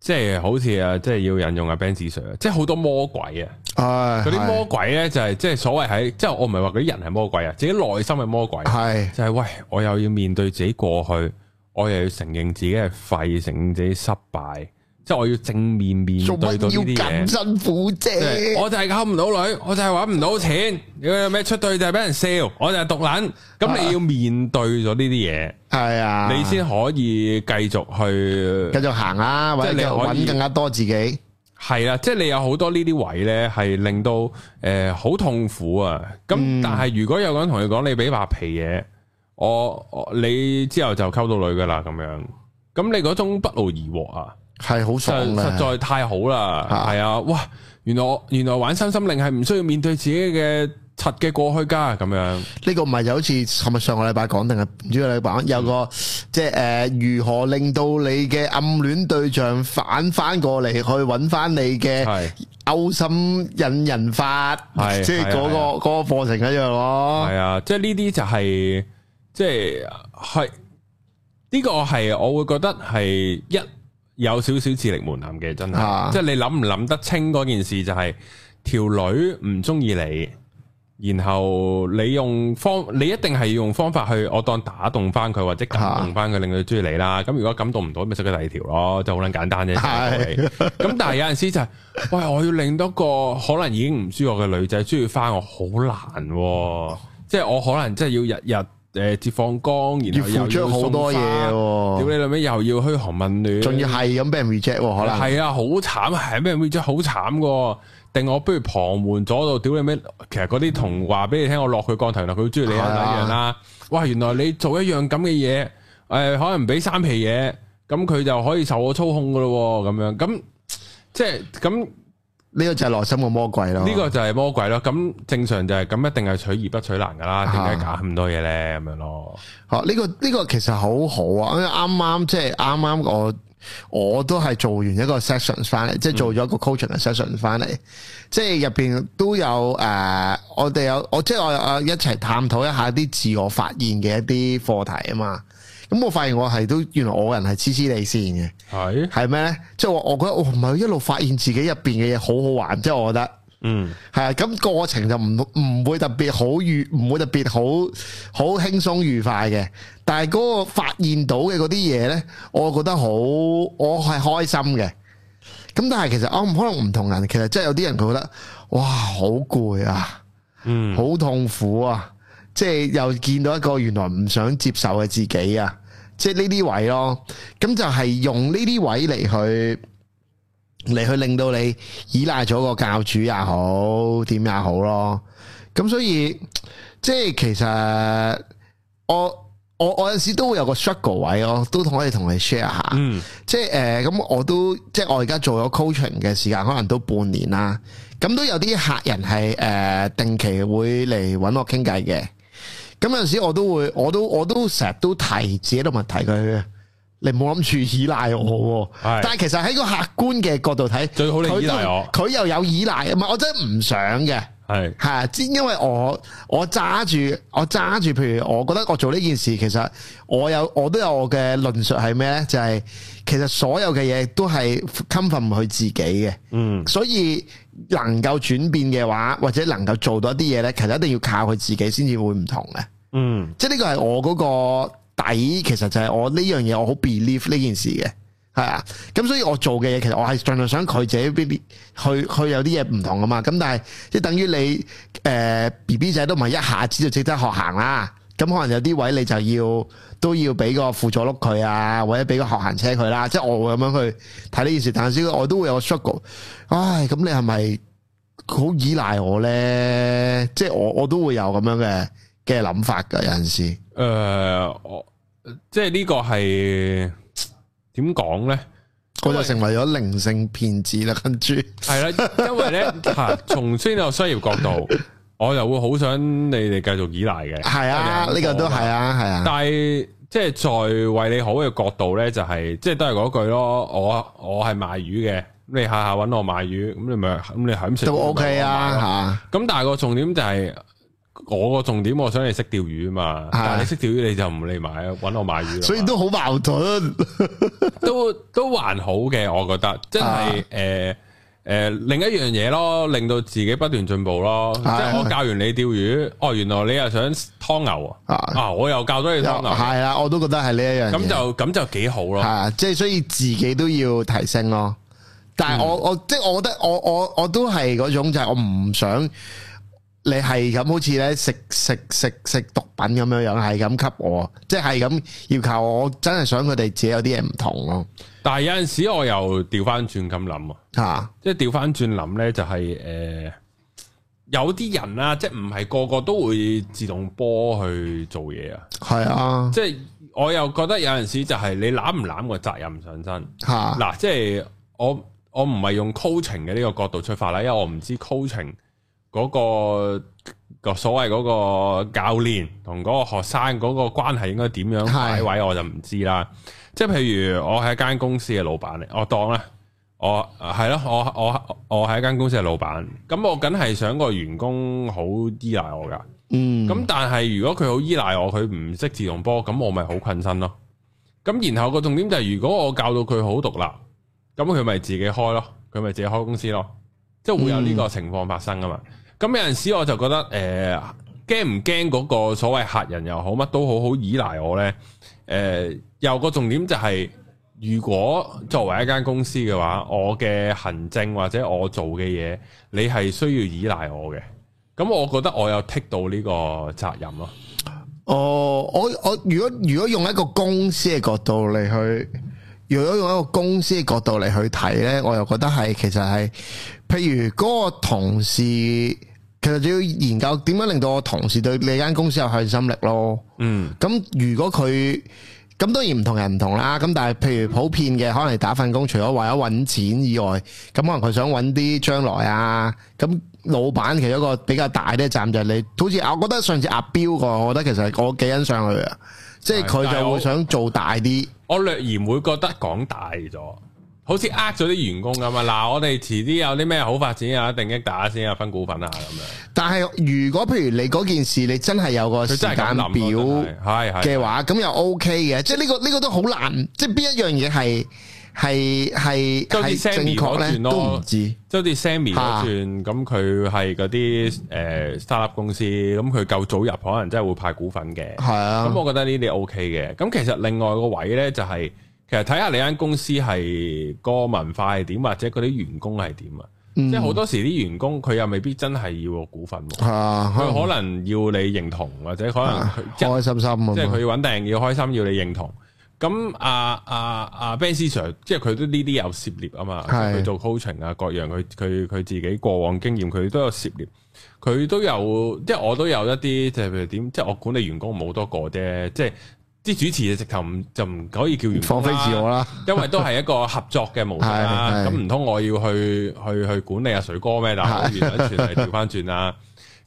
S1: 即係好似啊，即係要引用阿 Ben Sir，即係啊好多魔鬼啊！
S2: 唉
S1: 嗰啲魔鬼咧就係即係所謂喺，即係我唔係話嗰啲人係魔鬼啊，自己內心係魔鬼，啊
S2: 係
S1: 就係喂，我又要面對自己過去，我又要承認自己係廢，承認自己失敗，即係我要正面面
S2: 做乜
S1: 對到呢
S2: 要
S1: 啲嘢
S2: 咁。辛苦
S1: 即係
S2: 啫？
S1: 我就係溝唔到女，我就係搵唔到錢，你有咩出對就係俾人笑，我就係獨撚。咁你要面對咗呢啲
S2: 係啊，
S1: 嘢，你先可以繼續
S2: 繼
S1: 去
S2: 續行啦，或者
S1: 即係你
S2: 繼續
S1: 可以
S2: 揾更加多自己。
S1: 係啦。即係你有好多呢啲位呢，係令到诶好、痛苦啊。咁
S2: 嗯
S1: 但係如果有個人同你講，你俾白皮嘢，我我你之後就溝到女噶啦咁樣，咁你嗰種不勞而獲啊！
S2: 係好
S1: 實
S2: 爽
S1: 實
S2: 嘅，
S1: 在太好啦，
S2: 啊
S1: 係啊，哇！原來我原來玩身心靈係唔需要面對自己嘅柒嘅過去噶，咁樣
S2: 呢個唔係就好似係咪上個禮拜講定係唔知個禮拜講有個即係誒如何令到你嘅暗戀對象反翻過嚟去揾翻你嘅
S1: 係
S2: 勾心引人法，
S1: 係
S2: 即係
S1: 係
S2: 嗰個
S1: 係
S2: 嗰個課程一樣咯。
S1: 係啊，即係呢啲就係即係係呢個係我會覺得係一有少少智力門檻嘅，真
S2: 啊
S1: 係，即係你諗唔諗得清嗰件事就係條女唔中意你，然後你用方你一定係要用方法去我當打動翻佢或者
S2: 啊
S1: 感動翻佢，令佢中意你啦。咁如果感動唔到，咪識佢第二條咯，就好撚簡單啫。
S2: 係
S1: 咁但係有陣時就係，喂，我要令到個可能已經唔中意我嘅女仔中意翻我，好難、喎。即係我可能真係要日日。誒接放光，然
S2: 要
S1: 後又
S2: 付出好
S1: 送
S2: 多嘢
S1: 花屌你
S2: 喎，
S1: 老味又要嘘寒問暖，
S2: 仲要係咁俾人 reject 喎，可能
S1: 係啊，好慘，係咩 r e 好慘噶。定我不如旁門左道，屌你咩？其實嗰啲同話俾你聽，我落佢降頭，原來佢中意你一
S2: 係啊
S1: 樣啦。哇，原來你做一樣咁嘅嘢，誒、呃可能唔俾三皮嘢，咁佢就可以受我操控噶咯喎，咁樣咁即係咁
S2: 呢個就係內心嘅魔鬼咯。
S1: 呢個就係魔鬼咯。咁正常就係咁，一定係取易不取難噶啦。點解
S2: 啊
S1: 搞咁多嘢咧？咁樣咯，
S2: 哦，呢、個呢、個其實好好啊，因為啱啱即係啱啱我我都係做完一個 session 翻嚟，即係做咗一個 coaching 嘅 session 翻嚟，即係入邊都有誒、呃我哋有我即係我我一齊探討一下啲自我發現嘅一啲課題啊嘛。咁我發現我係都原來我個人係黐黐地線嘅，
S1: 係
S2: 係咩呢？即係我我覺得我唔係一路發現自己入邊嘅嘢好好玩，即係我覺得。
S1: 嗯
S2: 係啊，咁過程就唔唔會特別好愉，唔會特別好好輕鬆愉快嘅。但係嗰個發現到嘅嗰啲嘢呢，我覺得好，我係開心嘅。咁但係其實我可能唔同人，其實真係有啲人佢覺得，哇，好攰啊，
S1: 嗯
S2: 好痛苦啊，即係又見到一個原來唔想接受嘅自己啊，即係呢啲位咯。咁就係用呢啲位嚟去。嚟去令到你依賴咗個教主也好，點也好咯。咁所以即係其實我我我有時都會有個 struggle 位，我都同可以同你 share 下。
S1: 嗯
S2: 即係誒咁，我都即係我而家做咗 coaching 嘅時間，可能都半年啦。咁都有啲客人係誒、呃定期會嚟揾我傾偈嘅。咁有陣時我都會，我都我都成日都提自己嘅問題佢，你冇諗住依賴我喎。
S1: 係
S2: 但係其實喺個客觀嘅角度睇，
S1: 最好你
S2: 佢都
S1: 依賴我
S2: 佢又有依賴，唔係我真係唔想嘅。
S1: 係
S2: 係，啊即因為我我揸住我揸住，譬如我覺得我做呢件事，其實我有我都有我嘅論述係咩呢？就係、其實所有嘅嘢都係 come from 佢自己嘅，
S1: 嗯
S2: 所以能夠轉變嘅話，或者能夠做到一啲嘢呢，其實一定要靠佢自己先至會唔同嘅。
S1: 嗯
S2: 即係呢個係我嗰個底，其實就係我呢樣嘢，我好 believe 呢件事嘅，係啊。咁所以我做嘅嘢，其實我係盡量想佢自己邊啲，佢佢有啲嘢唔同噶啊嘛。咁但係即係等於你誒 B B 仔都唔係一下子就即得學行啦。咁可能有啲位你就要都要俾個輔助碌佢啊，或者俾個學行車佢啦。即係我會咁樣去睇呢件事，但係我都會有個 struggle。唉，咁你係咪好依賴我呢？即係我我都會有咁樣嘅嘅諗法㗎，有陣時。
S1: 誒、我即係呢個係點講咧？
S2: 啊我就成為咗靈性騙子啦，跟住
S1: 系啦，因為 [LAUGHS] 咧吓，从先有商業角度，我又會好想你哋繼續依賴嘅。
S2: 係啊， [LAUGHS] 呢個都係啊，係啊，
S1: 但係即係在為你好嘅角度咧，就係即係都係嗰句咯。我我係賣魚嘅，你下下揾我賣魚，咁你咪咁你係咁食
S2: 都 OK
S1: 咪我賣咯
S2: 啊
S1: 咁但係個重點就係我個重點，我想你識釣魚嘛。但係你識釣魚，你就唔嚟埋揾我賣魚啦嘛。
S2: 吓，所以都好矛盾，
S1: 都都還好嘅，我覺得真
S2: 啊
S1: 係誒誒另一樣嘢咯，令到自己不斷進步咯。即
S2: 係
S1: 係我教完你釣魚，哦，原來你又想劏牛啊，
S2: 啊
S1: 啊，我又教咗你劏牛，
S2: 係啊啦，我都覺得係呢一樣嘢。
S1: 啊咁就咁就幾好咯。
S2: 系，即係所以自己都要提升咯。但
S1: 嗯
S2: 係我、我即係我覺得我我我都係嗰種就係我唔想你係咁好似咧食食食食毒品咁樣樣係咁吸我，即係咁要求我，我真係想佢哋自己有啲嘢唔同咯
S1: 但係有陣時我又調翻轉咁諗啊，
S2: 吓、
S1: 即係調翻轉諗咧就係誒有啲人啊，即係唔係個個都會自動波去做嘢啊，
S2: 係啊
S1: 即係我又覺得有陣時就係你攬唔攬個責任上身。
S2: 吓、
S1: 嗱，即係我我唔係用 coaching 嘅呢個角度出發啦，因為我唔知 coaching 嗰、個個所謂嗰個教練同嗰個學生嗰個關係應該點樣擺位，我就唔知啦。即係譬如我係一間公司嘅老闆嚟，我當啦，我係咯，我我我係一間公司嘅老闆，咁我梗係想個員工好依賴我㗎。
S2: 嗯
S1: 咁但係如果佢好依賴我，佢唔識自動波，咁我咪好困身咯。咁然後個重點就係，如果我教到佢好獨立，咁佢咪自己開咯，佢咪自己開公司咯，即係會有呢個情況發生噶嘛。咁有陣時我就覺得诶，驚唔驚嗰個所謂客人又好，乜都好好依賴我呢？诶、又個重點就係，如果作為一間公司嘅話，我嘅行政或者我做嘅嘢，你係需要依賴我嘅。咁我覺得我有剔到呢個責任咯，
S2: 哦，我我如果如果用一個公司嘅角度嚟去，如果用一個公司嘅角度嚟去睇呢，我又覺得係其實係，譬如嗰個同事，其實就要研究點樣令到我同事對你間公司有向心力咯。
S1: 嗯，
S2: 咁如果佢咁當然唔同人唔同啦，咁但係譬如普遍嘅，可能你打份工，除咗為咗揾錢以外，咁可能佢想揾啲將來啊，咁老闆其中一個比較大啲嘅站就係你，好似啊我覺得上次阿彪個，我覺得其實我幾欣賞佢啊，即係佢
S1: 但係
S2: 就
S1: 我
S2: 會想做大啲，
S1: 我略然會覺得講大咗，好似呃咗啲員工咁啊！嗱，我哋遲啲有啲咩好發展啊，一定擊打先啊，分股份啊咁樣，
S2: 但係如果譬如你嗰件事你真係有個時
S1: 佢真係
S2: 間
S1: 咁諗咯
S2: 表
S1: 真。係係係
S2: 嘅話，咁又 OK 嘅，即係呢個呢個都好難，即係邊一樣嘢係係係
S1: 都好似 Sammy
S2: 係正確
S1: 嗰段咯
S2: 呢？都唔知。
S1: 即係好似 Sammy
S2: 啊
S1: 嗰轉，咁佢係嗰啲誒 startup 公司，咁佢夠早入，可能真係會派股份嘅。
S2: 系啊，
S1: 咁我覺得呢啲 O K 嘅。咁其實另外個位呢，就係、其實睇下你間公司係個文化係點，或者嗰啲員工係點啊。即係好多時啲員工佢又未必真係要個股份喎，
S2: 係嗯啊，
S1: 佢可能要你認同，或者可能佢即
S2: 開
S1: 係
S2: 開心心
S1: 即係
S2: 咁
S1: 佢
S2: 啊，
S1: 要穩定，要開心，要你認同。咁啊啊啊 Ben Sir，即係佢都呢啲有涉獵啊嘛，
S2: 係
S1: 佢做 coaching 啊各樣，佢佢佢自己過往經驗，佢都有涉獵，佢都有，即係我都有一啲，就係譬如點，即係我管理員工冇多個啫，即係啲主持就直頭唔就唔可以叫員工
S2: 放飛自我啦，
S1: 因為都係一個合作嘅模式啦。
S2: 係係
S1: 咁唔通我要去去去管理阿水哥咩？但係原來全係調翻轉啦。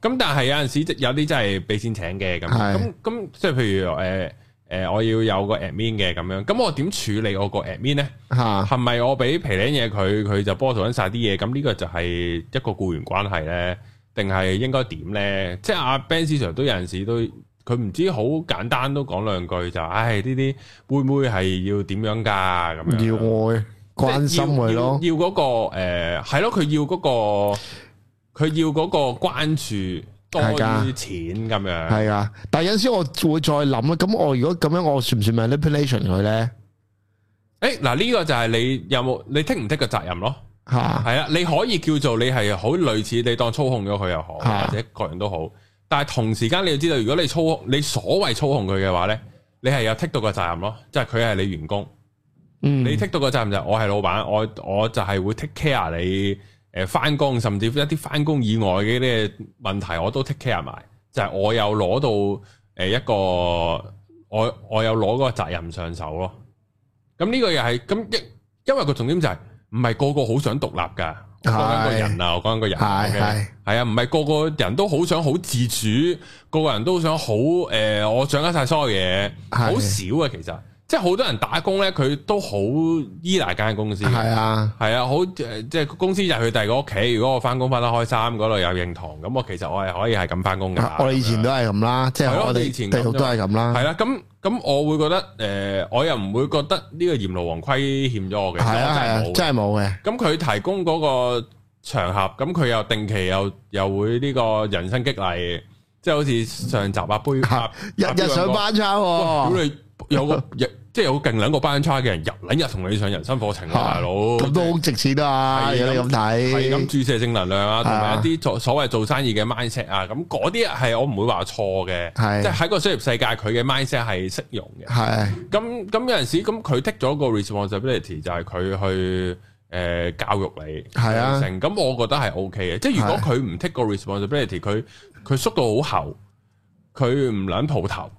S1: 咁但係有陣時有啲真係俾錢請嘅咁，
S2: 係
S1: 咁咁即係譬如誒誒、呃呃我要有個 admin 嘅咁樣，咁我點處理我個 admin 呢？
S2: 吓
S1: 係咪我俾皮領嘢佢，佢就幫我做緊晒啲嘢？咁呢個就係一個僱員關係呢？定係應該點呢？即係阿 Ben Sir 都有陣時都佢唔知好簡單都講兩句就，唉呢啲妹妹係要點樣㗎咁樣。
S2: 要愛關心佢咯
S1: 即係，要要要嗰、個誒係咯，佢要嗰、個佢要嗰個關注多
S2: 係㗎
S1: 於錢咁樣。
S2: 係啊。但係有阵时我會再諗啊，咁我如果咁樣，我算唔算 manipulation 佢咧？
S1: 誒嗱，呢個就係你有冇你剔唔剔個責任咯？
S2: 吓，
S1: 係啊，你可以叫做你係好類似你當操控咗佢又好，
S2: 係啊
S1: 或者各樣都好。但係同時間你要知道，如果你操控你所謂操控佢嘅話咧，你係有剔到個責任咯，即係佢係你員工。
S2: 嗯，
S1: 你剔到個責任就係我係老闆，我我就係會 take care 你誒翻工，甚至一啲翻工以外嘅啲問題我都 take care 埋，就係、我有攞到誒、呃一個我我有攞嗰個責任上手咯。咁呢個又係咁一因為個重點就係唔係個個好想獨立噶。我講緊個人啊，我講緊個人
S2: 係
S1: OK？
S2: 係
S1: 係啊，唔係個個人都好想好自主，個個人都想好诶、呃我掌握晒所有嘢，
S2: 係
S1: 好少啊，其實即係好多人打工咧，佢都好依賴間公司。
S2: 係啊，
S1: 係啊，好呃即係公司就係佢第二個屋企。如果我翻工翻得開心，嗰度有認同，咁我其實我係可以係咁翻工噶。
S2: 啊我哋以前都係咁啦，即係
S1: 係咯
S2: 我
S1: 我哋以
S2: 哋
S1: 前
S2: 地
S1: 咁
S2: 獄都係咁
S1: 系
S2: 啦，
S1: 啦，咁咁我會覺得诶、呃我又唔會覺得呢個閻羅王虧欠咗我嘅，
S2: 係啊係
S1: 我
S2: 啊
S1: 真係，冇
S2: 真係冇嘅，
S1: 咁佢提供嗰個場合，咁佢又定期又又會呢個人生激勵，即係好似上集阿杯
S2: 嚇
S1: 阿阿
S2: 日
S1: 彪
S2: 日
S1: 咁
S2: 上
S1: 講
S2: 班差
S1: 哇！
S2: 喎，
S1: 屌你有個即係有勁兩個班差嘅人，日撚日同你上人生課程啊，
S2: 嚇
S1: 大佬
S2: 咁都好值錢啊！
S1: 係
S2: 如果你咁
S1: 係咁
S2: 睇，
S1: 注射正能量啊，同
S2: 係
S1: 埋
S2: 啊
S1: 一啲所所謂做生意嘅 mindset 啊，咁嗰啲係我唔會話錯嘅，
S2: 係
S1: 即係喺個商業世界佢嘅 mindset 係適用嘅。
S2: 係
S1: 咁咁有陣時咁佢 take 咗個 responsibility 就係佢去誒、呃教育你，
S2: 係啊
S1: 成咁我覺得係 O K 嘅。即係如果
S2: 係
S1: 佢唔 take 個 responsibility，佢佢縮到好厚，佢唔撚蒲頭，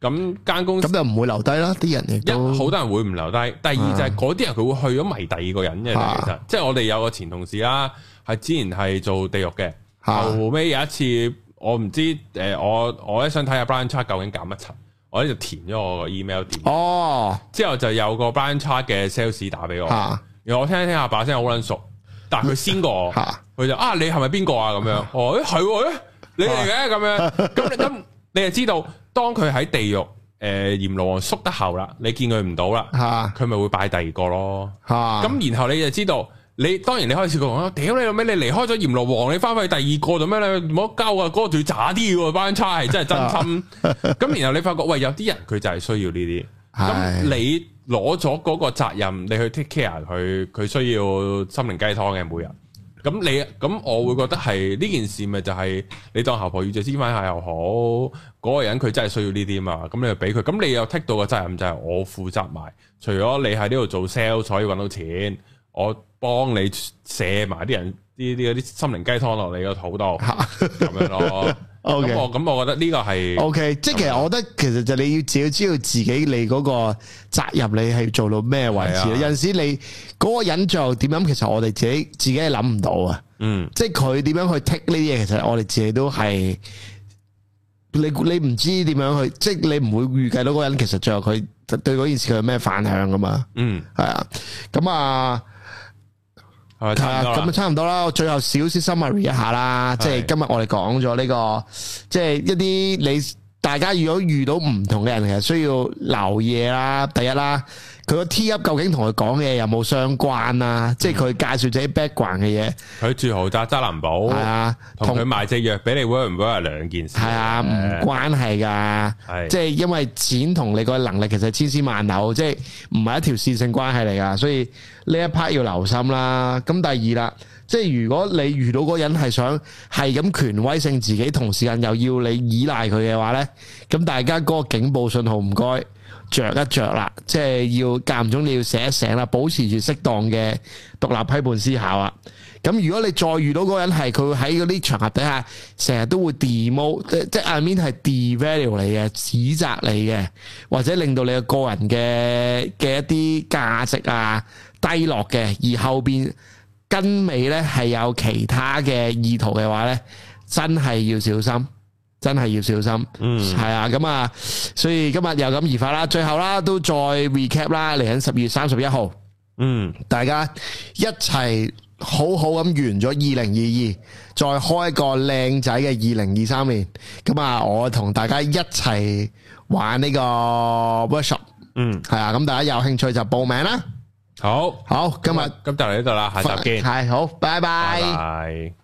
S1: 咁間公司
S2: 咁就唔會留低啦，啲人亦
S1: 一
S2: 都
S1: 好多人會唔留低，第二就係嗰啲人佢會去咗迷第二個人嘅。
S2: 啊
S1: 其實即係我哋有個前同事啦，係之前係做地獄嘅，
S2: 啊
S1: 後尾有一次我唔知誒、呃我我咧想睇下 Brian Cha 究竟搞乜柒，我咧就填咗我個 email 電話
S2: 哦
S1: 之後就有個 brand chart 嘅 sales 打俾我，
S2: 嚇
S1: 然後我聽一聽下把聲好撚熟，但係佢先過我，
S2: 嚇
S1: 佢就啊你係咪邊個啊咁樣？哦，誒係喎，誒你嚟嘅咁樣，咁
S2: [LAUGHS]
S1: 咁你就知道，當佢喺地獄誒閻羅王縮得後啦，你見佢唔到啦，
S2: 嚇
S1: 佢咪會拜第二個咯。
S2: 嚇，
S1: 咁然後你就知道。你當然你開始講啦，屌你老味，你離開咗閻羅王，你翻去第二個做咩咧？唔好鳩啊，嗰、個最渣啲喎，班差係真係真心。 [LAUGHS] 咁然後你發覺，喂，有啲人佢就係需要呢啲。咁
S2: 係
S1: 你攞咗嗰個責任，你去 take care 佢，佢需要心靈雞湯嘅每日。咁你咁我會覺得係呢件事咪就係你當姣婆遇著先翻下又好，嗰、個人佢真係需要呢啲嘛，咁你就俾佢，咁你又剔到個責任就係我負責埋，除咗你喺呢度做 sales 可以揾到錢，我幫你射埋啲人啲啲嗰啲心靈雞湯落你個
S2: [LAUGHS]
S1: 肚度咁樣咯。
S2: OK
S1: 咁我咁我覺得呢個係啊
S2: O、k 即係其實我覺得其實就你要自己知道自己你嗰個責任你係做到咩位置
S1: 係啊
S2: 有陣時你嗰個人最後點諗，其實我哋自己自己係諗唔到啊！
S1: 嗯
S2: 即係佢點樣去 take 呢啲嘢，其實我哋自己都係你你唔知點樣去，即係你唔會預計到嗰個人其實最後佢對嗰件事佢有咩反響噶嘛？
S1: 嗯
S2: 係啊，咁啊。
S1: 係咪
S2: 係
S1: 差
S2: 啊
S1: 唔多
S2: 咁
S1: 啦？
S2: 差唔多啦。我最後少少 summary 一下啦，即係今日我哋講咗呢個，即係一啲你大家如果遇到唔同嘅人，其實需要留意啦。第一啦，佢個 T up 究竟同佢講嘅嘢有冇相關啦？即係佢介紹自己 background 嘅嘢，
S1: 佢住豪宅渣男堡
S2: 係。啊，
S1: 同佢賣隻藥俾你 work 唔 work 係兩件事。
S2: 係啊，唔關係㗎。
S1: 係
S2: 即係因為錢同你個能力其實千絲萬縷，即係唔係一條線性關係嚟㗎，所以呢一 part 要留心啦。咁第二啦，即係如果你遇到嗰個人係想係咁權威性自己，同時間又要你依賴佢嘅話呢，咁大家嗰個警報信號唔該。着一着啦，即係要間唔中你要醒一醒啦，保持住適當嘅獨立批判思考啊。咁如果你再遇到嗰個人係佢會喺嗰啲場合底下，成日都會 demo，即即 I mean 係 devalue 你嘅，指責你嘅，或者令到你嘅個人嘅嘅一啲價值啊低落嘅，而後邊跟尾呢係有其他嘅意圖嘅話呢，真係要小心，真係要小心。
S1: 嗯，
S2: 系啊，咁啊，所以今日又咁而發啦，最後啦都再 recap 啦，嚟緊十二月三十一號，
S1: 嗯，
S2: 大家一齊好好咁完咗二零二二，再開一個靚仔嘅二零二三年，咁啊，我同大家一齊玩呢個 workshop，
S1: 嗯，
S2: 係啊，咁大家有興趣就報名啦。
S1: 好，
S2: 好，今日
S1: 咁就嚟呢度啦，下集見，
S2: 係好，拜
S1: 拜
S2: 拜。
S1: 拜。